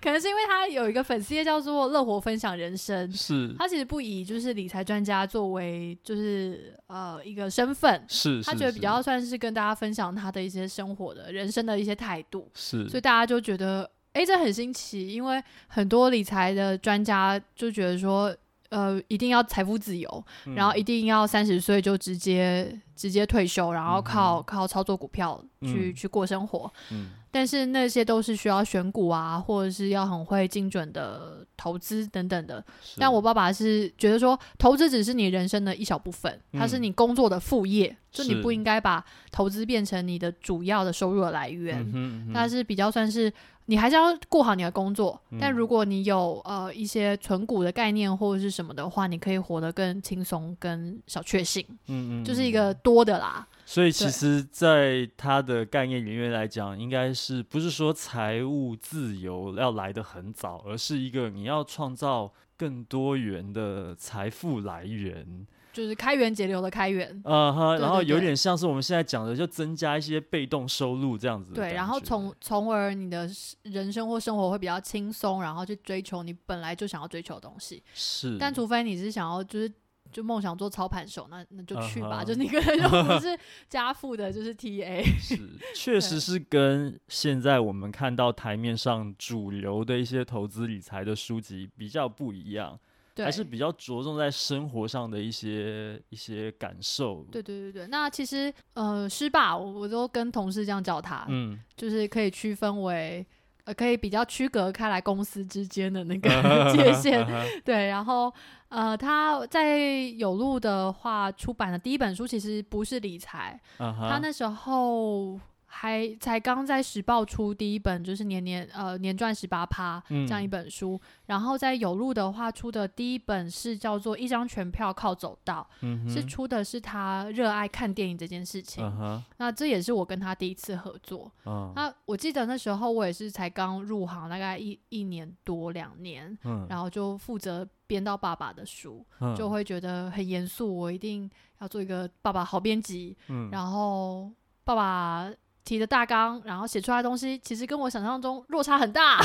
[SPEAKER 1] 可能是因为他有一个粉丝页叫做“乐活分享人生”，
[SPEAKER 2] 是
[SPEAKER 1] 他其实不以就是理财专家作为就是呃一个身份，
[SPEAKER 2] 是，
[SPEAKER 1] 他
[SPEAKER 2] 是
[SPEAKER 1] 觉得比较
[SPEAKER 2] 是
[SPEAKER 1] 算是跟大家分享他的一些生活的人生的一些态度，
[SPEAKER 2] 是
[SPEAKER 1] 所以大家就觉得诶，这很新奇，因为很多理财的专家就觉得说。呃，一定要财富自由，
[SPEAKER 2] 嗯
[SPEAKER 1] 然后一定要三十岁就直接直接退休，然后靠、
[SPEAKER 2] 嗯哼
[SPEAKER 1] 靠操作股票去、
[SPEAKER 2] 嗯
[SPEAKER 1] 去过生活。
[SPEAKER 2] 嗯
[SPEAKER 1] 但是那些都是需要选股啊，或者是要很会精准的投资等等的。
[SPEAKER 2] 是嗯
[SPEAKER 1] 但我爸爸是觉得说，投资只是你人生的一小部分，
[SPEAKER 2] 嗯
[SPEAKER 1] 它是你工作的副业，就是你不应该把投资变成你的主要的收入的来源
[SPEAKER 2] 嗯。哼嗯
[SPEAKER 1] 它
[SPEAKER 2] 哼
[SPEAKER 1] 是比较算是你还是要顾好你的工作，
[SPEAKER 2] 嗯
[SPEAKER 1] 但如果你有呃一些存股的概念或者是什么的话，你可以活得更轻松、跟小确幸，
[SPEAKER 2] 嗯嗯
[SPEAKER 1] 就是一
[SPEAKER 2] 嗯
[SPEAKER 1] 个多的啦。
[SPEAKER 2] 所以其
[SPEAKER 1] 对
[SPEAKER 2] 实，在他的概念里面来讲，应该是不是说财务自由要来得很早，而是一个你要创造更多元的财富来源，
[SPEAKER 1] 就是开源节流的开源，
[SPEAKER 2] 啊哈，
[SPEAKER 1] 对
[SPEAKER 2] 然后
[SPEAKER 1] 对
[SPEAKER 2] 有
[SPEAKER 1] 对
[SPEAKER 2] 点像是我们现在讲的，就增加一些被动收入这样子的感
[SPEAKER 1] 对，
[SPEAKER 2] 觉。
[SPEAKER 1] 然后从从而你的是人生或生活会比较轻松，然后去追求你本来就想要追求的东西。
[SPEAKER 2] 是，
[SPEAKER 1] 但除非你是想要就是就梦想做操盘手，那那就去吧
[SPEAKER 2] 嗯哼
[SPEAKER 1] 就是你可 能就不是家父的，就是 TA。
[SPEAKER 2] 是，确实是跟现在我们看到台面上主流的一些投资理财的书籍比较不一样。
[SPEAKER 1] 对，
[SPEAKER 2] 还是比较着重在生活上的一些一些感受。
[SPEAKER 1] 对对对对。那其实呃，师爸，我我都跟同事这样叫他，
[SPEAKER 2] 嗯，
[SPEAKER 1] 就是可以区分为。呃，可以比较区隔开来公司之间的那 个界
[SPEAKER 2] 啊
[SPEAKER 1] 限，对，然后呃，他在有路的话出版的第一本书其实不是理财，
[SPEAKER 2] 嗯
[SPEAKER 1] 他
[SPEAKER 2] 哼，
[SPEAKER 1] 那时候还才刚在时报出第一本，就是年年呃年赚十八趴
[SPEAKER 2] 嗯
[SPEAKER 1] 这样一本书，然后在有路的话出的第一本是叫做《一张全票靠走道》，
[SPEAKER 2] 嗯哼，
[SPEAKER 1] 是出的是他热爱看电影这件事情。
[SPEAKER 2] 嗯哼，
[SPEAKER 1] 那这也是我跟他第一次合作。
[SPEAKER 2] 嗯
[SPEAKER 1] 那我记得那时候我也是才刚入行，大概一一年多两年，
[SPEAKER 2] 嗯，
[SPEAKER 1] 然后就负责编到爸爸的书，
[SPEAKER 2] 后
[SPEAKER 1] 就
[SPEAKER 2] 会，
[SPEAKER 1] 会觉得很严肃，我一定要做一个爸爸好编辑，
[SPEAKER 2] 嗯
[SPEAKER 1] 然后爸爸提的大纲，然后写出来的东西，其实跟我想象中落差很大。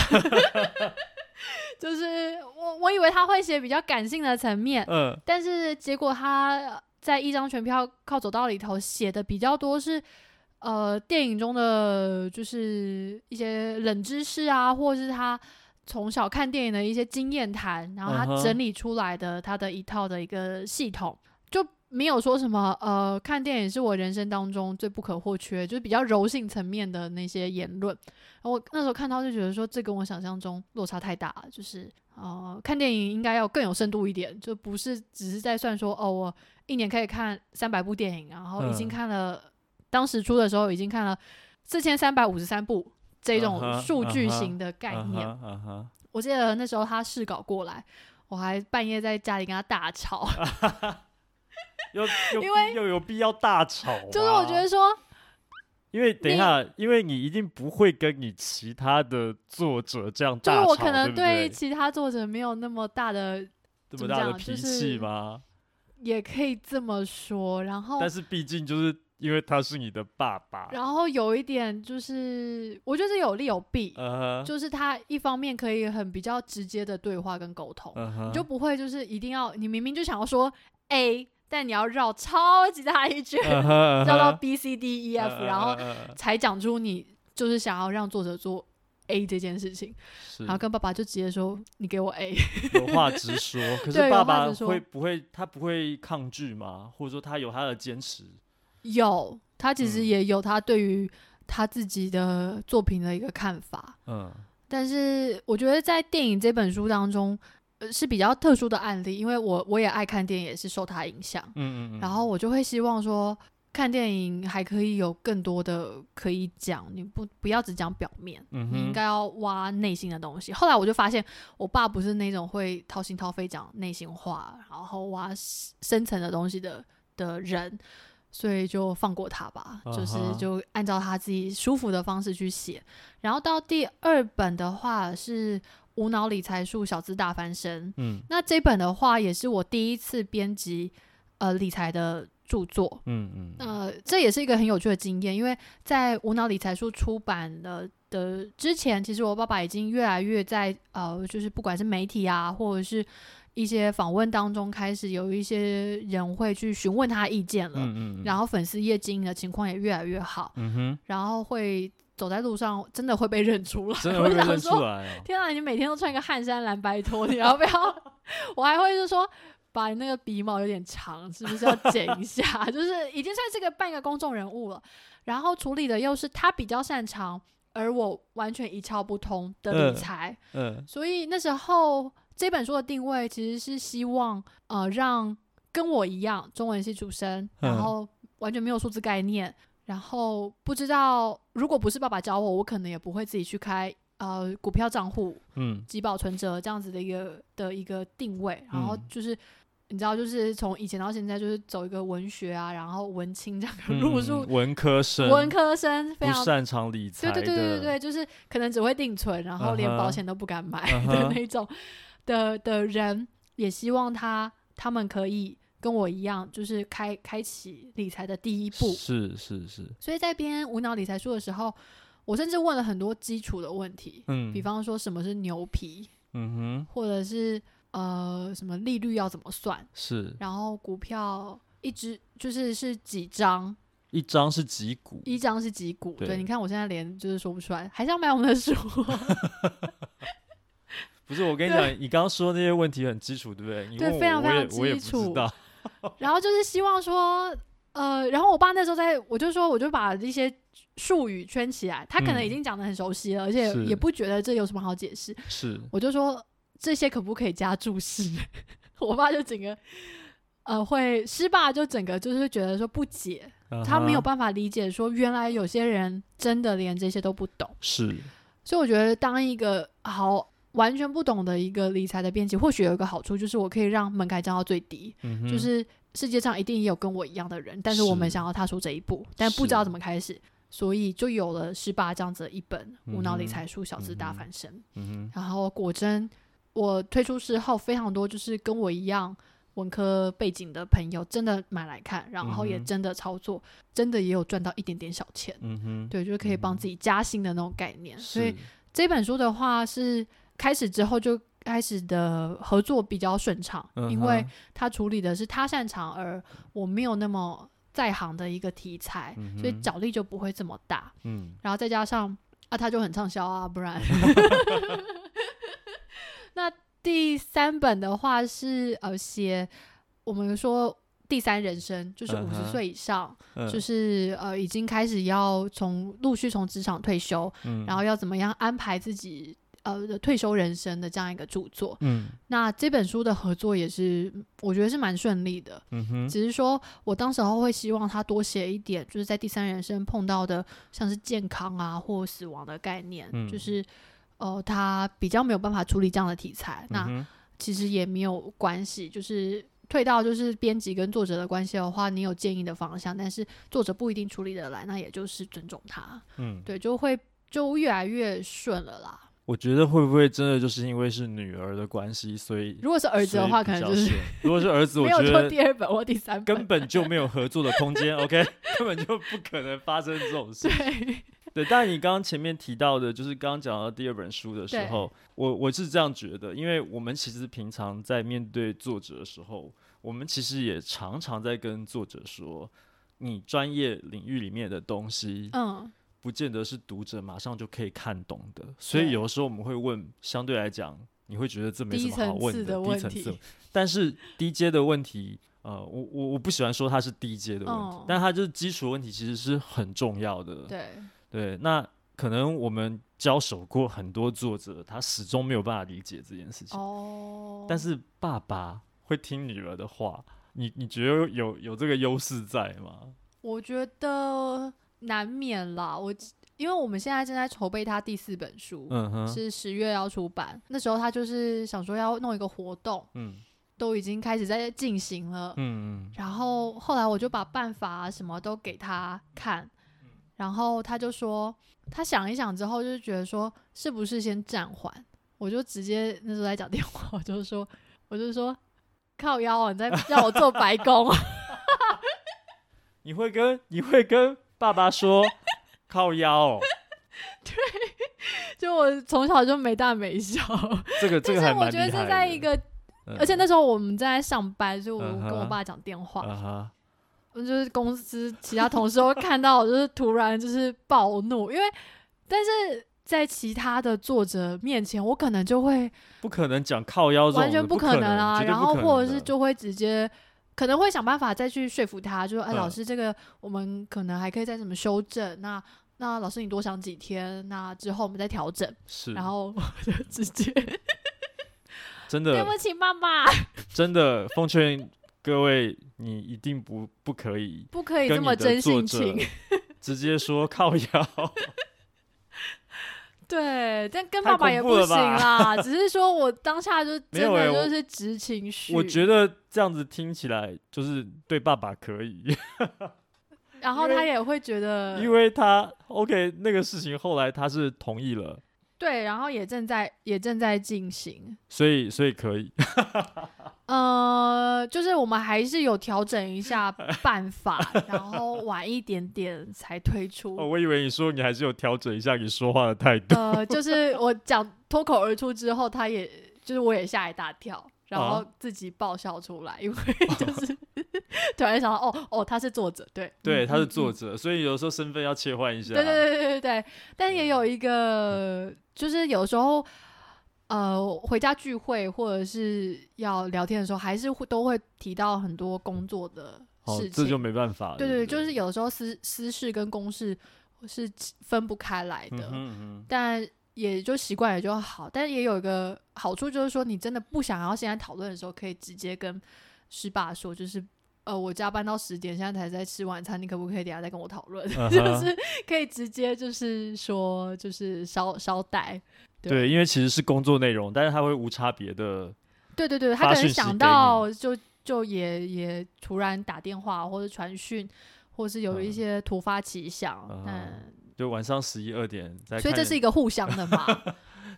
[SPEAKER 1] 就是我我以为他会写比较感性的层面，
[SPEAKER 2] 嗯
[SPEAKER 1] 但是结果他呃在一张全票靠走道里头写的比较多是。呃，电影中的就是一些冷知识啊，或者是他从小看电影的一些经验谈，然后
[SPEAKER 2] 嗯哼
[SPEAKER 1] 他整理出来的他的一套的一个系统，就没有说什么呃，看电影是我人生当中最不可或缺，就是比较柔性层面的那些言论。然后我那时候看到就觉得说，这跟我想象中落差太大了，就是呃，看电影应该要更有深度一点，就不是只是在算说哦，我一年可以看三百部电影，然后已经
[SPEAKER 2] 嗯
[SPEAKER 1] 看了，当时出的时候已经看了四千三百五十三部这
[SPEAKER 2] 嗯哼
[SPEAKER 1] 种数据
[SPEAKER 2] 嗯哼
[SPEAKER 1] 型的概
[SPEAKER 2] 嗯
[SPEAKER 1] 念。
[SPEAKER 2] 哼嗯 哼，
[SPEAKER 1] 我记得那时候他试稿过来，我还半夜在家里跟他大吵，
[SPEAKER 2] 又又
[SPEAKER 1] 因为
[SPEAKER 2] 又有必要大吵吗，啊
[SPEAKER 1] 就是我觉得说，
[SPEAKER 2] 因为等一下，因为你一定不会跟你其他的作者这样
[SPEAKER 1] 就
[SPEAKER 2] 大
[SPEAKER 1] 是
[SPEAKER 2] 吵，
[SPEAKER 1] 我可能
[SPEAKER 2] 对不对
[SPEAKER 1] 其他作者没有那么大的，
[SPEAKER 2] 这
[SPEAKER 1] 怎么
[SPEAKER 2] 么大的
[SPEAKER 1] 讲
[SPEAKER 2] 脾
[SPEAKER 1] 就是
[SPEAKER 2] 气吗？
[SPEAKER 1] 也可以这么说。然后
[SPEAKER 2] 但是毕竟就是因为他是你的爸爸，
[SPEAKER 1] 哦然后有一点就是，我觉得是有利有弊，
[SPEAKER 2] 嗯哼，
[SPEAKER 1] 就是他一方面可以很比较直接的对话跟沟通，
[SPEAKER 2] 嗯
[SPEAKER 1] 你
[SPEAKER 2] 哼，
[SPEAKER 1] 就不会就是一定要你明明就想要说 A，但你要绕超级大一圈，
[SPEAKER 2] 嗯哼
[SPEAKER 1] 绕到 B C D E
[SPEAKER 2] 嗯
[SPEAKER 1] F，
[SPEAKER 2] 哼
[SPEAKER 1] 然后
[SPEAKER 2] 嗯哼嗯哼
[SPEAKER 1] 才讲出你就是想要让作者做 A 这件事情，
[SPEAKER 2] 是
[SPEAKER 1] 然后跟爸爸就直接说你给我 A，
[SPEAKER 2] 有话直说。可是
[SPEAKER 1] 对有
[SPEAKER 2] 爸
[SPEAKER 1] 话
[SPEAKER 2] 爸
[SPEAKER 1] 直说
[SPEAKER 2] 会不会他不会抗拒吗？或者说他有他的坚持？
[SPEAKER 1] 有他其实
[SPEAKER 2] 嗯
[SPEAKER 1] 也有他对于他自己的作品的一个看法，
[SPEAKER 2] 嗯
[SPEAKER 1] 但是我觉得在电影这本书当中，呃是比较特殊的案例，因为我我也爱看电影，也是受它影响，
[SPEAKER 2] 嗯嗯嗯。
[SPEAKER 1] 然后我就会希望说，看电影还可以有更多的可以讲，你不不要只讲表面。
[SPEAKER 2] 嗯
[SPEAKER 1] 你应
[SPEAKER 2] 哼，
[SPEAKER 1] 该要挖内心的东西。后来我就发现，我爸不是那种会掏心掏肺讲内心话，然后挖深层的东西的的人，所以就放过他吧
[SPEAKER 2] 啊哈
[SPEAKER 1] 就是就按照他自己舒服的方式去写。然后到第二本的话是《无脑理财术：小资大翻身》，
[SPEAKER 2] 嗯
[SPEAKER 1] 那这本的话也是我第一次编辑呃理财的著作，
[SPEAKER 2] 嗯嗯
[SPEAKER 1] 呃，这也是一个很有趣的经验，因为在《无脑理财书》出版的的之前，其实我爸爸已经越来越在呃，就是不管是媒体啊，或者是一些访问当中，开始有一些人会去询问他意见了，
[SPEAKER 2] 嗯嗯，
[SPEAKER 1] 然
[SPEAKER 2] 后
[SPEAKER 1] 后粉丝业经营的情况也越来越好，
[SPEAKER 2] 嗯 哼，
[SPEAKER 1] 然后会走在路上真的会被认出来，
[SPEAKER 2] 真的
[SPEAKER 1] 我
[SPEAKER 2] 会被
[SPEAKER 1] 想
[SPEAKER 2] 认
[SPEAKER 1] 说
[SPEAKER 2] 出来哦。
[SPEAKER 1] 天啊，你每天都穿个汗衫蓝白拖，你要不要？我还会就说，把你那个鼻毛有点长，是不是要剪一下？ 就是已经算是个半个公众人物了。然后处理的又是他比较擅长，而我完全一窍不通的
[SPEAKER 2] 嗯
[SPEAKER 1] 理财，
[SPEAKER 2] 嗯
[SPEAKER 1] 所以那时候这本书的定位其实是希望呃让跟我一样中文系出身，
[SPEAKER 2] 嗯
[SPEAKER 1] 然后完全没有数字概念，然后不知道如果不是爸爸教我，我可能也不会自己去开呃股票账户、
[SPEAKER 2] 嗯
[SPEAKER 1] 集保存折这样子的一个的一个定位，然后
[SPEAKER 2] 嗯
[SPEAKER 1] 就是。你知道，就是从以前到现在，就是走一个文学啊，然后文青这样的
[SPEAKER 2] 嗯，
[SPEAKER 1] 路
[SPEAKER 2] 嗯
[SPEAKER 1] 数，
[SPEAKER 2] 文科生，
[SPEAKER 1] 文科生非
[SPEAKER 2] 不
[SPEAKER 1] 常
[SPEAKER 2] 擅长理财
[SPEAKER 1] 对
[SPEAKER 2] 的，
[SPEAKER 1] 对对对对，就是可能只会定存，然后连
[SPEAKER 2] 嗯哼
[SPEAKER 1] 保险都不敢买
[SPEAKER 2] 嗯
[SPEAKER 1] 的
[SPEAKER 2] 哼
[SPEAKER 1] 那种的的人，也希望他他们可以跟我一样，就是开开启理财的第一步。
[SPEAKER 2] 是是是，
[SPEAKER 1] 所以在编无脑理财书的时候，我甚至问了很多基础的问题，
[SPEAKER 2] 嗯，
[SPEAKER 1] 比，方说什么是牛皮，
[SPEAKER 2] 嗯哼，
[SPEAKER 1] 或者是呃什么利率要怎么算，
[SPEAKER 2] 是
[SPEAKER 1] 然后股票一只就是是几张，
[SPEAKER 2] 一张是几股，
[SPEAKER 1] 一张是几股？
[SPEAKER 2] 对
[SPEAKER 1] 对，你看我现在连就是说不出来，还是要买我们的 书。
[SPEAKER 2] 不是我跟你
[SPEAKER 1] 对
[SPEAKER 2] 讲，你刚刚说那些问题很基础，对不对？你
[SPEAKER 1] 对
[SPEAKER 2] 问我
[SPEAKER 1] 非常非
[SPEAKER 2] 我也
[SPEAKER 1] 常
[SPEAKER 2] 我也不
[SPEAKER 1] 基
[SPEAKER 2] 知
[SPEAKER 1] 础
[SPEAKER 2] 道，
[SPEAKER 1] 然后就是希望说，呃，然后我爸那时候在，我就说，我就把一些术语圈起来，他可能
[SPEAKER 2] 嗯
[SPEAKER 1] 已经讲的很熟悉了，而且
[SPEAKER 2] 是
[SPEAKER 1] 也不觉得这有什么好解释，
[SPEAKER 2] 是，
[SPEAKER 1] 我就说这些可不可以加注释？ 我爸就整个。呃，会师爸就整个就是觉得说不解，他没有
[SPEAKER 2] 嗯哼
[SPEAKER 1] 办法理解说原来有些人真的连这些都不懂，
[SPEAKER 2] 是，
[SPEAKER 1] 所以我觉得当一个好完全不懂的一个理财的编辑，或许有一个好处就是我可以让门槛降到最低，
[SPEAKER 2] 嗯哼，
[SPEAKER 1] 就是世界上一定也有跟我一样的人，但是我们
[SPEAKER 2] 是
[SPEAKER 1] 想要踏出这一步，但不知道怎么开始，所以就有了十八这样子的一本
[SPEAKER 2] 嗯哼
[SPEAKER 1] 无脑理财书《小资
[SPEAKER 2] 嗯
[SPEAKER 1] 大
[SPEAKER 2] 哼
[SPEAKER 1] 翻身》
[SPEAKER 2] 嗯
[SPEAKER 1] 然后果真，我推出之后，非常多就是跟我一样文科背景的朋友真的买来看，然后也
[SPEAKER 2] 嗯哼
[SPEAKER 1] 真的操作，真的也有赚到一点点小钱
[SPEAKER 2] 哼，。嗯哼，
[SPEAKER 1] 对，就是可以帮自己加薪的那种概念，所以
[SPEAKER 2] 是
[SPEAKER 1] 这本书的话是开始之后就开始的合作比较顺畅，
[SPEAKER 2] 嗯
[SPEAKER 1] 因为
[SPEAKER 2] 哼
[SPEAKER 1] 他处理的是他擅长而我没有那么在行的一个题材，
[SPEAKER 2] 嗯哼
[SPEAKER 1] 所以角力就不会这么大。
[SPEAKER 2] 嗯
[SPEAKER 1] 然后再加上啊，他就很畅销啊，不 然。那第三本的话是呃写我们说第三人生，就是
[SPEAKER 2] 嗯
[SPEAKER 1] 五
[SPEAKER 2] 哼
[SPEAKER 1] 十岁以上，
[SPEAKER 2] 嗯
[SPEAKER 1] 就是呃已经开始要从陆续从职场退休，
[SPEAKER 2] 嗯
[SPEAKER 1] 然后要怎么样安排自己呃的退休人生的这样一个著作。
[SPEAKER 2] 嗯
[SPEAKER 1] 那这本书的合作也是，我觉得是蛮顺利的。
[SPEAKER 2] 嗯哼
[SPEAKER 1] 只是说我当时候会希望他多写一点，就是在第三人生碰到的，像是健康啊或死亡的概念，
[SPEAKER 2] 嗯
[SPEAKER 1] 就是呃，他比较没有办法处理这样的题材。那
[SPEAKER 2] 嗯嗯哼
[SPEAKER 1] 其实也没有关系，就是退到就是编辑跟作者的关系的话，你有建议的方向，但是作者不一定处理得来，那也就是尊重他，
[SPEAKER 2] 嗯，
[SPEAKER 1] 对，就会就越来越顺了啦。
[SPEAKER 2] 我觉得会不会真的就是因为是女儿的关系，所以
[SPEAKER 1] 如果是儿子的话，可能就
[SPEAKER 2] 所以比
[SPEAKER 1] 是
[SPEAKER 2] 较顺如果是儿 子，我
[SPEAKER 1] 没有
[SPEAKER 2] 觉
[SPEAKER 1] 做
[SPEAKER 2] 得
[SPEAKER 1] 第二本或第三本，
[SPEAKER 2] 根本就没有合作的空间，OK，根 本就不可能发生这种事。
[SPEAKER 1] 对，
[SPEAKER 2] 对，但你刚刚前面提到的，就是刚刚讲到第二本书的时候，我我是这样觉得，因为我们其实平常在面对作者的时候，我们其实也常常在跟作者说，你专业领域里面的东西，
[SPEAKER 1] 嗯，
[SPEAKER 2] 不见得是读者马上就可以看懂的，所以
[SPEAKER 1] 对
[SPEAKER 2] 有的时候我们会问，相对来讲，你会觉得这没什
[SPEAKER 1] 低
[SPEAKER 2] 么好
[SPEAKER 1] 层次
[SPEAKER 2] 问
[SPEAKER 1] 的
[SPEAKER 2] 低
[SPEAKER 1] 问
[SPEAKER 2] 层次
[SPEAKER 1] 题，
[SPEAKER 2] 但是低阶的问题，呃，我我我不喜欢说它是低阶的问题，
[SPEAKER 1] 嗯
[SPEAKER 2] 但它就是基础问题，其实是很重要的。
[SPEAKER 1] 对，
[SPEAKER 2] 对，那可能我们交手过很多作者，他始终没有办法理解这件事情。
[SPEAKER 1] 哦，
[SPEAKER 2] 但是爸爸会听女儿的话，你你觉得有有这个优势在吗？
[SPEAKER 1] 我觉得难免啦，我因为我们现在正在筹备他第四本书，
[SPEAKER 2] 嗯哼，
[SPEAKER 1] 是十月要出版。那时候他就是想说要弄一个活动，
[SPEAKER 2] 嗯
[SPEAKER 1] 都已经开始在进行了。
[SPEAKER 2] 嗯
[SPEAKER 1] 然后后来我就把办法、啊、什么都给他看，
[SPEAKER 2] 嗯
[SPEAKER 1] 然后他就说他想一想之后，就是觉得说是不是先暂缓？我就直接那时候在讲电话，我就说我就说靠腰啊，你在让我做白工啊，
[SPEAKER 2] 你会跟你会跟爸爸说靠腰、哦，
[SPEAKER 1] 就我从小就没大没小。
[SPEAKER 2] 这个这
[SPEAKER 1] 但是
[SPEAKER 2] 个还
[SPEAKER 1] 我
[SPEAKER 2] 蛮
[SPEAKER 1] 觉
[SPEAKER 2] 厉
[SPEAKER 1] 得是
[SPEAKER 2] 害的。
[SPEAKER 1] 在一个，
[SPEAKER 2] 嗯，
[SPEAKER 1] 而且那时候我们正在上班，所以我
[SPEAKER 2] 嗯哼
[SPEAKER 1] 跟我爸讲电话，
[SPEAKER 2] 啊哈，
[SPEAKER 1] 我就是公司其他同事都看到，我就是突然就是暴怒，因为但是在其他的作者面前，我可能就会
[SPEAKER 2] 不可能讲靠腰这种的，
[SPEAKER 1] 完全
[SPEAKER 2] 不
[SPEAKER 1] 可能啊，
[SPEAKER 2] 绝对
[SPEAKER 1] 然
[SPEAKER 2] 不
[SPEAKER 1] 后
[SPEAKER 2] 可
[SPEAKER 1] 或
[SPEAKER 2] 能
[SPEAKER 1] 者是
[SPEAKER 2] 的
[SPEAKER 1] 就会直接。可能会想办法再去说服他，就说：“哎，
[SPEAKER 2] 嗯
[SPEAKER 1] 老师，这个我们可能还可以再怎么修正。那那老师你多想几天，那之后我们再调整。”
[SPEAKER 2] 是，
[SPEAKER 1] 然后我就直接
[SPEAKER 2] 真
[SPEAKER 1] 对
[SPEAKER 2] 的
[SPEAKER 1] 不起妈妈，
[SPEAKER 2] 真的奉劝各位，你一定不不可以
[SPEAKER 1] 不可以
[SPEAKER 2] 跟
[SPEAKER 1] 这
[SPEAKER 2] 你
[SPEAKER 1] 么
[SPEAKER 2] 的
[SPEAKER 1] 真
[SPEAKER 2] 作
[SPEAKER 1] 性
[SPEAKER 2] 者
[SPEAKER 1] 情。
[SPEAKER 2] 直接说靠腰，
[SPEAKER 1] 对，但跟
[SPEAKER 2] 太
[SPEAKER 1] 爸爸
[SPEAKER 2] 恐
[SPEAKER 1] 也
[SPEAKER 2] 怖
[SPEAKER 1] 不
[SPEAKER 2] 了
[SPEAKER 1] 行啦，只是说我当下就
[SPEAKER 2] 没
[SPEAKER 1] 真
[SPEAKER 2] 有
[SPEAKER 1] 的
[SPEAKER 2] 欸我
[SPEAKER 1] 就是直情绪，
[SPEAKER 2] 我觉得这样子听起来就是对爸爸可以，
[SPEAKER 1] 然后
[SPEAKER 2] 因为
[SPEAKER 1] 他也会觉得，
[SPEAKER 2] 因为他 OK 那个事情后来他是同意了，
[SPEAKER 1] 对，然后也正在也正在进行，
[SPEAKER 2] 所以所以可以，
[SPEAKER 1] 呃，就是我们还是有调整一 下办法，然后晚一点点才推出。
[SPEAKER 2] 哦，我以为你说你还是有调整一下你说话的态度，
[SPEAKER 1] 呃，就是我讲脱口而出之后，他也就是我也吓一大跳，然后
[SPEAKER 2] 啊
[SPEAKER 1] 自己爆笑出来， 因为就是、 突然想到，哦哦，他是作者，对
[SPEAKER 2] 对，
[SPEAKER 1] 嗯
[SPEAKER 2] 他是
[SPEAKER 1] 嗯
[SPEAKER 2] 作
[SPEAKER 1] 嗯
[SPEAKER 2] 者，所以有时候身份要切换一下，
[SPEAKER 1] 对对对对对对，但也有一个，就是有时候，呃，回家聚会或者是要聊天的时候，还是会都会提到很多工作的
[SPEAKER 2] 哦
[SPEAKER 1] 事，
[SPEAKER 2] 这就
[SPEAKER 1] 情。
[SPEAKER 2] 没办法了，
[SPEAKER 1] 对
[SPEAKER 2] 对
[SPEAKER 1] 对，
[SPEAKER 2] 不
[SPEAKER 1] 就是有时候私私事跟公事是分不开来
[SPEAKER 2] 嗯
[SPEAKER 1] 的，
[SPEAKER 2] 哼嗯哼
[SPEAKER 1] 但也就习惯也就好。但也有一个好处就是说，你真的不想要现在讨论的时候，可以直接跟师爸说，就是。呃，我加班到十点，现在才在吃晚餐，你可不可以等一下再跟我讨论？
[SPEAKER 2] 嗯
[SPEAKER 1] 就
[SPEAKER 2] 哼
[SPEAKER 1] 是可以直接就是说就是稍稍带，对
[SPEAKER 2] 对，因为其实是工作内容，但是他会无差别的，
[SPEAKER 1] 对对对，
[SPEAKER 2] 发
[SPEAKER 1] 他可能
[SPEAKER 2] 讯息给
[SPEAKER 1] 想
[SPEAKER 2] 你
[SPEAKER 1] 到就就也也突然打电话或者传讯，或是有一
[SPEAKER 2] 嗯
[SPEAKER 1] 些突发奇想，
[SPEAKER 2] 嗯
[SPEAKER 1] 嗯，
[SPEAKER 2] 就晚上十一二点在
[SPEAKER 1] 所以
[SPEAKER 2] 看
[SPEAKER 1] 这是一个互相的 嘛，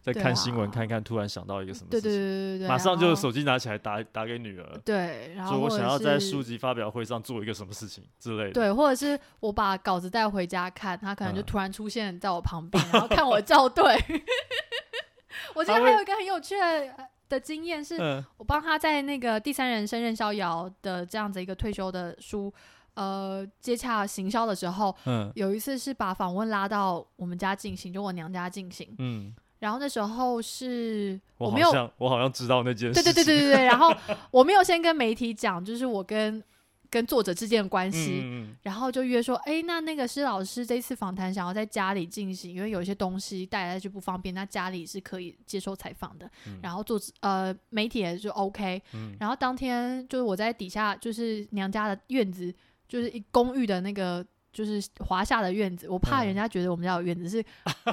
[SPEAKER 2] 在
[SPEAKER 1] 对
[SPEAKER 2] 看新闻，
[SPEAKER 1] 啊
[SPEAKER 2] 看一看突然想到一个什么
[SPEAKER 1] 对
[SPEAKER 2] 事
[SPEAKER 1] 对对
[SPEAKER 2] 情，
[SPEAKER 1] 对对对，
[SPEAKER 2] 马上
[SPEAKER 1] 然
[SPEAKER 2] 就
[SPEAKER 1] 后
[SPEAKER 2] 手机拿起来打打给女儿，
[SPEAKER 1] 对，然
[SPEAKER 2] 说
[SPEAKER 1] 后
[SPEAKER 2] 我
[SPEAKER 1] 或者
[SPEAKER 2] 想要在书
[SPEAKER 1] 是
[SPEAKER 2] 籍发表会上做一个什么事情之类的。，
[SPEAKER 1] 对，或者是我把稿子带回家看，他可能就
[SPEAKER 2] 嗯
[SPEAKER 1] 突然出现在我旁边，然后看我校对。 我记得还
[SPEAKER 2] 他会
[SPEAKER 1] 有一个很有趣的的经验是，
[SPEAKER 2] 嗯
[SPEAKER 1] 我帮他在那个第三人生任逍遥的这样子一个退休的书，呃，接洽行销的时候，
[SPEAKER 2] 嗯
[SPEAKER 1] 有一次是把访问拉到我们家进行，就我娘家进行。
[SPEAKER 2] 嗯，
[SPEAKER 1] 然后那时候是
[SPEAKER 2] 我
[SPEAKER 1] 没
[SPEAKER 2] 好
[SPEAKER 1] 有，
[SPEAKER 2] 像我好像知道那件
[SPEAKER 1] 对
[SPEAKER 2] 事情，
[SPEAKER 1] 对对对对对。然后我没有先跟媒体讲，就是我跟跟作者之间的关系。
[SPEAKER 2] 嗯，嗯
[SPEAKER 1] 然后就约说，哎，那那个施老师这次访谈想要在家里进行，因为有一些东西带来就不方便，那家里是可以接受采访的。
[SPEAKER 2] 嗯
[SPEAKER 1] 然后作者呃媒体也就 OK，、
[SPEAKER 2] 嗯
[SPEAKER 1] 然后当天就是我在底下就是娘家的院子，就是一公寓的那个就是华夏的院子，我怕
[SPEAKER 2] 嗯
[SPEAKER 1] 人家觉得我们家有院子是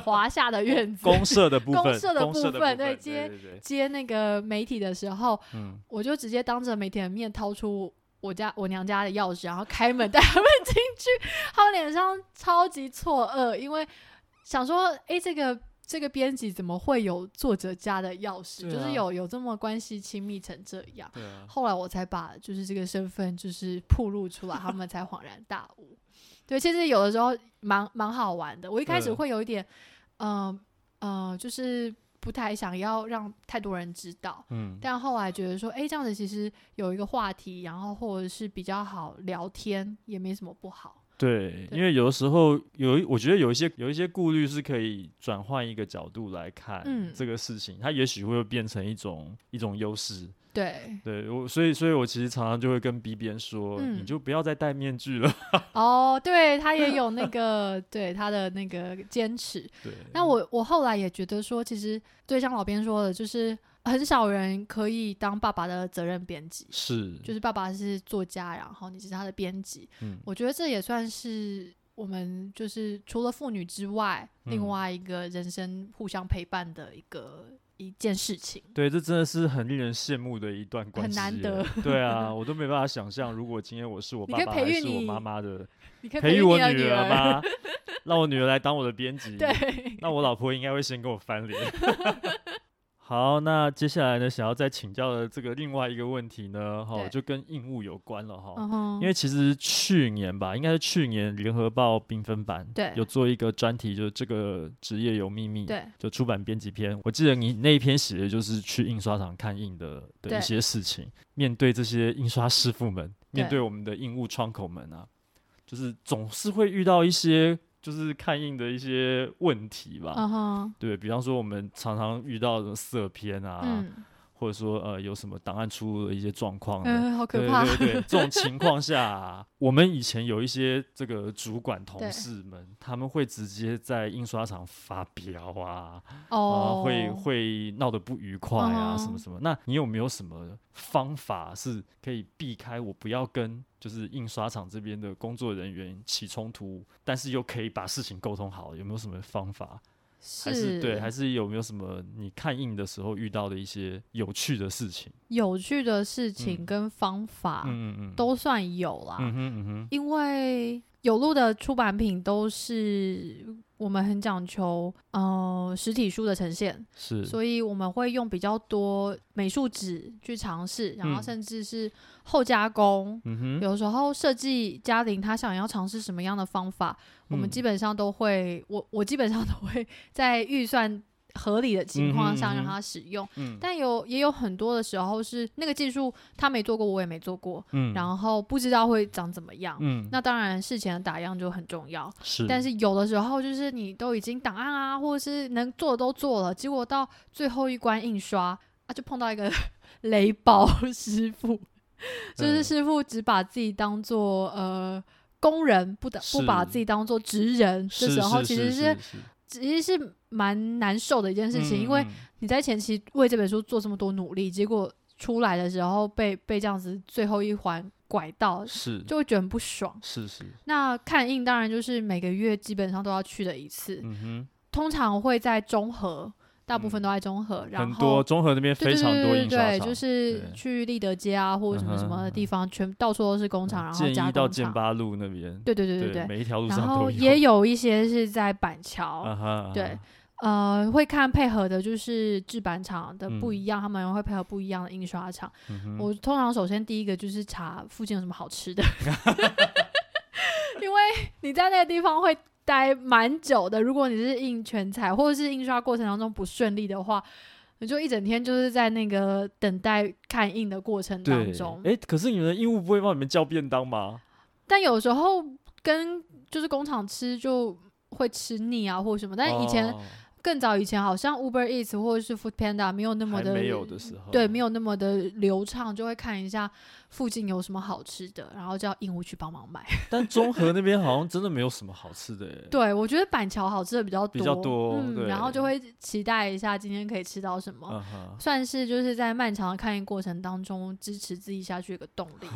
[SPEAKER 1] 华夏的院子。
[SPEAKER 2] 公社的部分，
[SPEAKER 1] 公社的
[SPEAKER 2] 公社
[SPEAKER 1] 部
[SPEAKER 2] 的
[SPEAKER 1] 分对
[SPEAKER 2] 对对
[SPEAKER 1] 接
[SPEAKER 2] 对对，
[SPEAKER 1] 接那个媒体的时候，
[SPEAKER 2] 嗯，
[SPEAKER 1] 我就直接当着媒体的面掏出我家我娘家的钥匙，然后开门带他们进去。他们脸上超级错愕，因为想说，诶，这个这个编辑怎么会有作者家的钥匙？
[SPEAKER 2] 对啊
[SPEAKER 1] 就是有有这么关系亲密成这样。
[SPEAKER 2] 对啊，
[SPEAKER 1] 后来我才把就是这个身份就是曝露出来，他们才恍然大悟。对，其实有的时候蛮蛮好玩的。我一开始
[SPEAKER 2] 嗯
[SPEAKER 1] 会有一点，嗯呃就是不太想要让太多人知道，
[SPEAKER 2] 嗯，
[SPEAKER 1] 但后来觉得说，哎、这样子其实有一个话题，然后或者是比较好聊天，也没什么不好。
[SPEAKER 2] 对，
[SPEAKER 1] 对
[SPEAKER 2] 因为有的时候有一，我觉得有一些有一些顾虑是可以转换一个角度来看
[SPEAKER 1] 嗯
[SPEAKER 2] 这个事情，它也许会变成一种一种优势。
[SPEAKER 1] 对，
[SPEAKER 2] 对我，所以所以我其实常常就会跟 B 边说，你
[SPEAKER 1] 嗯
[SPEAKER 2] 就不要再戴面具了。
[SPEAKER 1] 哦，对他也有那个对他的那个坚持。
[SPEAKER 2] 对，
[SPEAKER 1] 那我我后来也觉得说，其实对像老编说的，就是很少人可以当爸爸的责任编辑。
[SPEAKER 2] 是
[SPEAKER 1] 就是爸爸是作家，然后你是他的编辑，
[SPEAKER 2] 嗯
[SPEAKER 1] 我觉得这也算是我们就是除了妇女之外，另
[SPEAKER 2] 嗯
[SPEAKER 1] 外一个人生互相陪伴的一个一件事情。
[SPEAKER 2] 对，这真的是很令人羡慕的一段关
[SPEAKER 1] 很
[SPEAKER 2] 系耶，
[SPEAKER 1] 难得
[SPEAKER 2] 对啊，我都没办法想象，如果今天我是我
[SPEAKER 1] 你
[SPEAKER 2] 爸
[SPEAKER 1] 可以
[SPEAKER 2] 爸
[SPEAKER 1] 培
[SPEAKER 2] 还
[SPEAKER 1] 育
[SPEAKER 2] 是我
[SPEAKER 1] 你
[SPEAKER 2] 妈妈的，
[SPEAKER 1] 你可以
[SPEAKER 2] 培
[SPEAKER 1] 育
[SPEAKER 2] 育我
[SPEAKER 1] 你的
[SPEAKER 2] 女儿？吧，让我女儿来当我的编辑。
[SPEAKER 1] 对，
[SPEAKER 2] 那我老婆应该会先跟我翻脸。 好，那接下来呢，想要再请教的这个另外一个问题呢，哈，
[SPEAKER 1] 对
[SPEAKER 2] 就跟印务有关了哈。
[SPEAKER 1] 嗯哼，
[SPEAKER 2] 因为其实去年吧，应该是去年《联合报》缤纷版
[SPEAKER 1] 对
[SPEAKER 2] 有做一个专题，就是这个职业有秘密，
[SPEAKER 1] 对
[SPEAKER 2] 就出版编辑篇。我记得你那一篇写的就是去印刷厂看印的的一
[SPEAKER 1] 对
[SPEAKER 2] 些事情，面对这些印刷师傅们，面
[SPEAKER 1] 对
[SPEAKER 2] 对我们的印务窗口们啊，就是总是会遇到一些就是看印的一些问题吧。
[SPEAKER 1] 嗯哼，
[SPEAKER 2] 对比方说，我们常常遇到的色偏啊，
[SPEAKER 1] 嗯
[SPEAKER 2] 或者说呃有什么档案出入的一些状况呢，
[SPEAKER 1] 嗯，好可
[SPEAKER 2] 对
[SPEAKER 1] 怕，
[SPEAKER 2] 对对， 这种情况下啊、我们以前有一些这个主管同
[SPEAKER 1] 对
[SPEAKER 2] 事们，他们会直接在印刷厂发飙啊，
[SPEAKER 1] 哦
[SPEAKER 2] 啊，会会闹得不愉快啊，什么
[SPEAKER 1] 嗯
[SPEAKER 2] 什么。那你有没有什么方法是可以避开我不要跟就是印刷厂这边的工作人员起冲突，但是又可以把事情沟通好？有没有什么方法？还是对，还是有没有什么你看印的时候遇到的一些有趣的事情？
[SPEAKER 1] 有趣的事
[SPEAKER 2] 嗯
[SPEAKER 1] 情跟方法
[SPEAKER 2] 嗯嗯嗯，
[SPEAKER 1] 啊都算有啦，
[SPEAKER 2] 嗯哼嗯哼，
[SPEAKER 1] 因为有路的出版品都是我们很讲求呃实体书的呈现，
[SPEAKER 2] 是，
[SPEAKER 1] 所以我们会用比较多美术纸去尝试，然后
[SPEAKER 2] 嗯
[SPEAKER 1] 甚至是后加工。
[SPEAKER 2] 嗯哼，
[SPEAKER 1] 有时候哦设计家庭他想要尝试什么样的方法，我们
[SPEAKER 2] 嗯
[SPEAKER 1] 基本上都会，我我基本上都会在预算合理的情况
[SPEAKER 2] 嗯
[SPEAKER 1] 下
[SPEAKER 2] 哼
[SPEAKER 1] 让
[SPEAKER 2] 嗯哼
[SPEAKER 1] 他使用。
[SPEAKER 2] 嗯
[SPEAKER 1] 但有也有很多的时候是那个技术他没做过，我也没做过，
[SPEAKER 2] 嗯后
[SPEAKER 1] 然后不知道会长怎么样。
[SPEAKER 2] 嗯，
[SPEAKER 1] 那当然，事前的打样就很重要。
[SPEAKER 2] 是，
[SPEAKER 1] 但是有的时候就是你都已经档案啊，或者是能做的都做了，结果到最后一关印刷啊，就碰到一个 雷包师傅，就是
[SPEAKER 2] 嗯
[SPEAKER 1] 师傅只把自己当做呃工人，不打不把
[SPEAKER 2] 是
[SPEAKER 1] 自己当做职人的
[SPEAKER 2] 是
[SPEAKER 1] 时候，
[SPEAKER 2] 是
[SPEAKER 1] 其实
[SPEAKER 2] 是
[SPEAKER 1] 是其实是蛮难受的一件事情，
[SPEAKER 2] 嗯
[SPEAKER 1] 因为
[SPEAKER 2] 嗯
[SPEAKER 1] 你在前期为这本书做这么多努力，结果出来的时候被被这样子最后一环拐到，
[SPEAKER 2] 嗯是
[SPEAKER 1] 就会觉得很不爽。
[SPEAKER 2] 是是，
[SPEAKER 1] 那看印当然就是每个月基本上都要去的一次，
[SPEAKER 2] 嗯
[SPEAKER 1] 通常会在中和，大部分
[SPEAKER 2] 嗯
[SPEAKER 1] 都在中和，
[SPEAKER 2] 哼，
[SPEAKER 1] 然
[SPEAKER 2] 很多
[SPEAKER 1] 后。
[SPEAKER 2] 综合那边
[SPEAKER 1] 对
[SPEAKER 2] 非
[SPEAKER 1] 对
[SPEAKER 2] 常多
[SPEAKER 1] 对对
[SPEAKER 2] 印刷
[SPEAKER 1] 对，
[SPEAKER 2] 厂，
[SPEAKER 1] 就是
[SPEAKER 2] 对
[SPEAKER 1] 去立德街啊，或者什么什么的地方，全到处都是工厂，然后
[SPEAKER 2] 嗯建
[SPEAKER 1] 加
[SPEAKER 2] 一到
[SPEAKER 1] 工
[SPEAKER 2] 建
[SPEAKER 1] 厂。
[SPEAKER 2] 八路那边，
[SPEAKER 1] 对对对对对，
[SPEAKER 2] 每一条路上
[SPEAKER 1] 然
[SPEAKER 2] 都
[SPEAKER 1] 后也
[SPEAKER 2] 有，
[SPEAKER 1] 有一些是在板桥，
[SPEAKER 2] 啊哈，啊
[SPEAKER 1] 对
[SPEAKER 2] 哈，
[SPEAKER 1] 呃，会看配合的就是制版厂的不
[SPEAKER 2] 嗯
[SPEAKER 1] 一样，他们会配合不一样的印刷厂。
[SPEAKER 2] 嗯哼
[SPEAKER 1] 我通常首先第一个就是查附近有什么好 吃的，因为你在那个地方会待蛮久的。如果你是印全彩或者是印刷过程当中不顺利的话，你就一整天就是在那个等待看印的过程当中。
[SPEAKER 2] 对，哎，可是你们的义务不会帮你们叫便当吗？
[SPEAKER 1] 但有时候跟就是工厂吃就会吃腻啊，或什么。但以前、
[SPEAKER 2] 哦
[SPEAKER 1] 更早以前，好像 Uber Eats 或者是 Food Panda 没有那么
[SPEAKER 2] 还
[SPEAKER 1] 的
[SPEAKER 3] 嗯
[SPEAKER 2] 没有的时候，
[SPEAKER 1] 对，没有那么的流畅，就会看一下附近有什么好吃的，然后叫鹦鹉去帮忙买。
[SPEAKER 3] 但中和那边好像真的没有什么好吃的耶。
[SPEAKER 1] 对，我觉得板桥好吃的比较多，
[SPEAKER 3] 比较多
[SPEAKER 1] 嗯，
[SPEAKER 3] 对
[SPEAKER 1] 然后就会期待一下今天可以吃到什么。
[SPEAKER 2] 啊
[SPEAKER 3] 嗯哼，
[SPEAKER 1] 算是就是在漫长的看映过程当中支持自己下去一个动 力，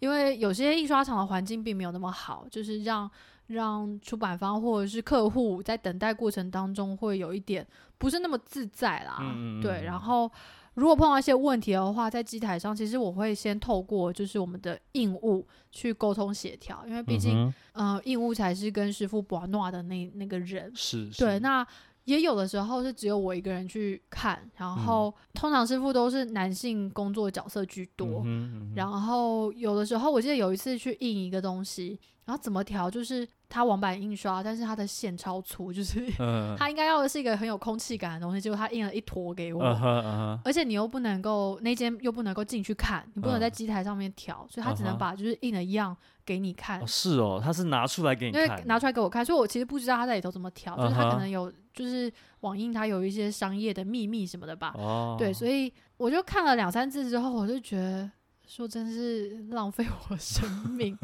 [SPEAKER 1] 因为有些印刷厂的环境并没有那么好，就是让让出版方或者是客户在等待过程当中会有一点不是那么自在啦，
[SPEAKER 3] 嗯嗯嗯
[SPEAKER 1] 对。然后如果碰到一些问题的话，在机台上其实我会先透过就是我们的印务去沟通协调，因为毕竟、
[SPEAKER 2] 嗯哼
[SPEAKER 1] 呃印务才是跟师傅把诺的那那个人，
[SPEAKER 3] 是，
[SPEAKER 1] 对，
[SPEAKER 3] 是
[SPEAKER 1] 那也有的时候是只有我一个人去看，然
[SPEAKER 3] 嗯
[SPEAKER 1] 后、通常师傅都是男性工作角色居多。
[SPEAKER 3] 嗯哼嗯
[SPEAKER 1] 然后有的时候，我记得有一次去印一个东西，然后怎么调，就是它网版印刷，但是它的线超粗，就是
[SPEAKER 3] 嗯
[SPEAKER 1] 它应该要的是一个很有空气感的东西，结果它印了一坨给
[SPEAKER 2] 啊
[SPEAKER 1] 我，
[SPEAKER 3] 嗯哼嗯哼，
[SPEAKER 1] 而且你又不能够那间又不能够进去看，你不能在
[SPEAKER 3] 嗯
[SPEAKER 1] 机台上面调，所以它只
[SPEAKER 3] 嗯
[SPEAKER 1] 能
[SPEAKER 3] 哼
[SPEAKER 1] 把就是印的样给你看
[SPEAKER 3] 哦，是哦，他是拿出来给你
[SPEAKER 1] 因为
[SPEAKER 3] 看，
[SPEAKER 1] 拿出来给我看，所以我其实不知道他在里头怎么调，就是他
[SPEAKER 3] 嗯哼
[SPEAKER 1] 可能有，就是网印它有一些商业的秘密什么的吧。
[SPEAKER 3] 哦，
[SPEAKER 1] 对，所以我就看了两三次之后，我就觉得说真是浪费我生 命。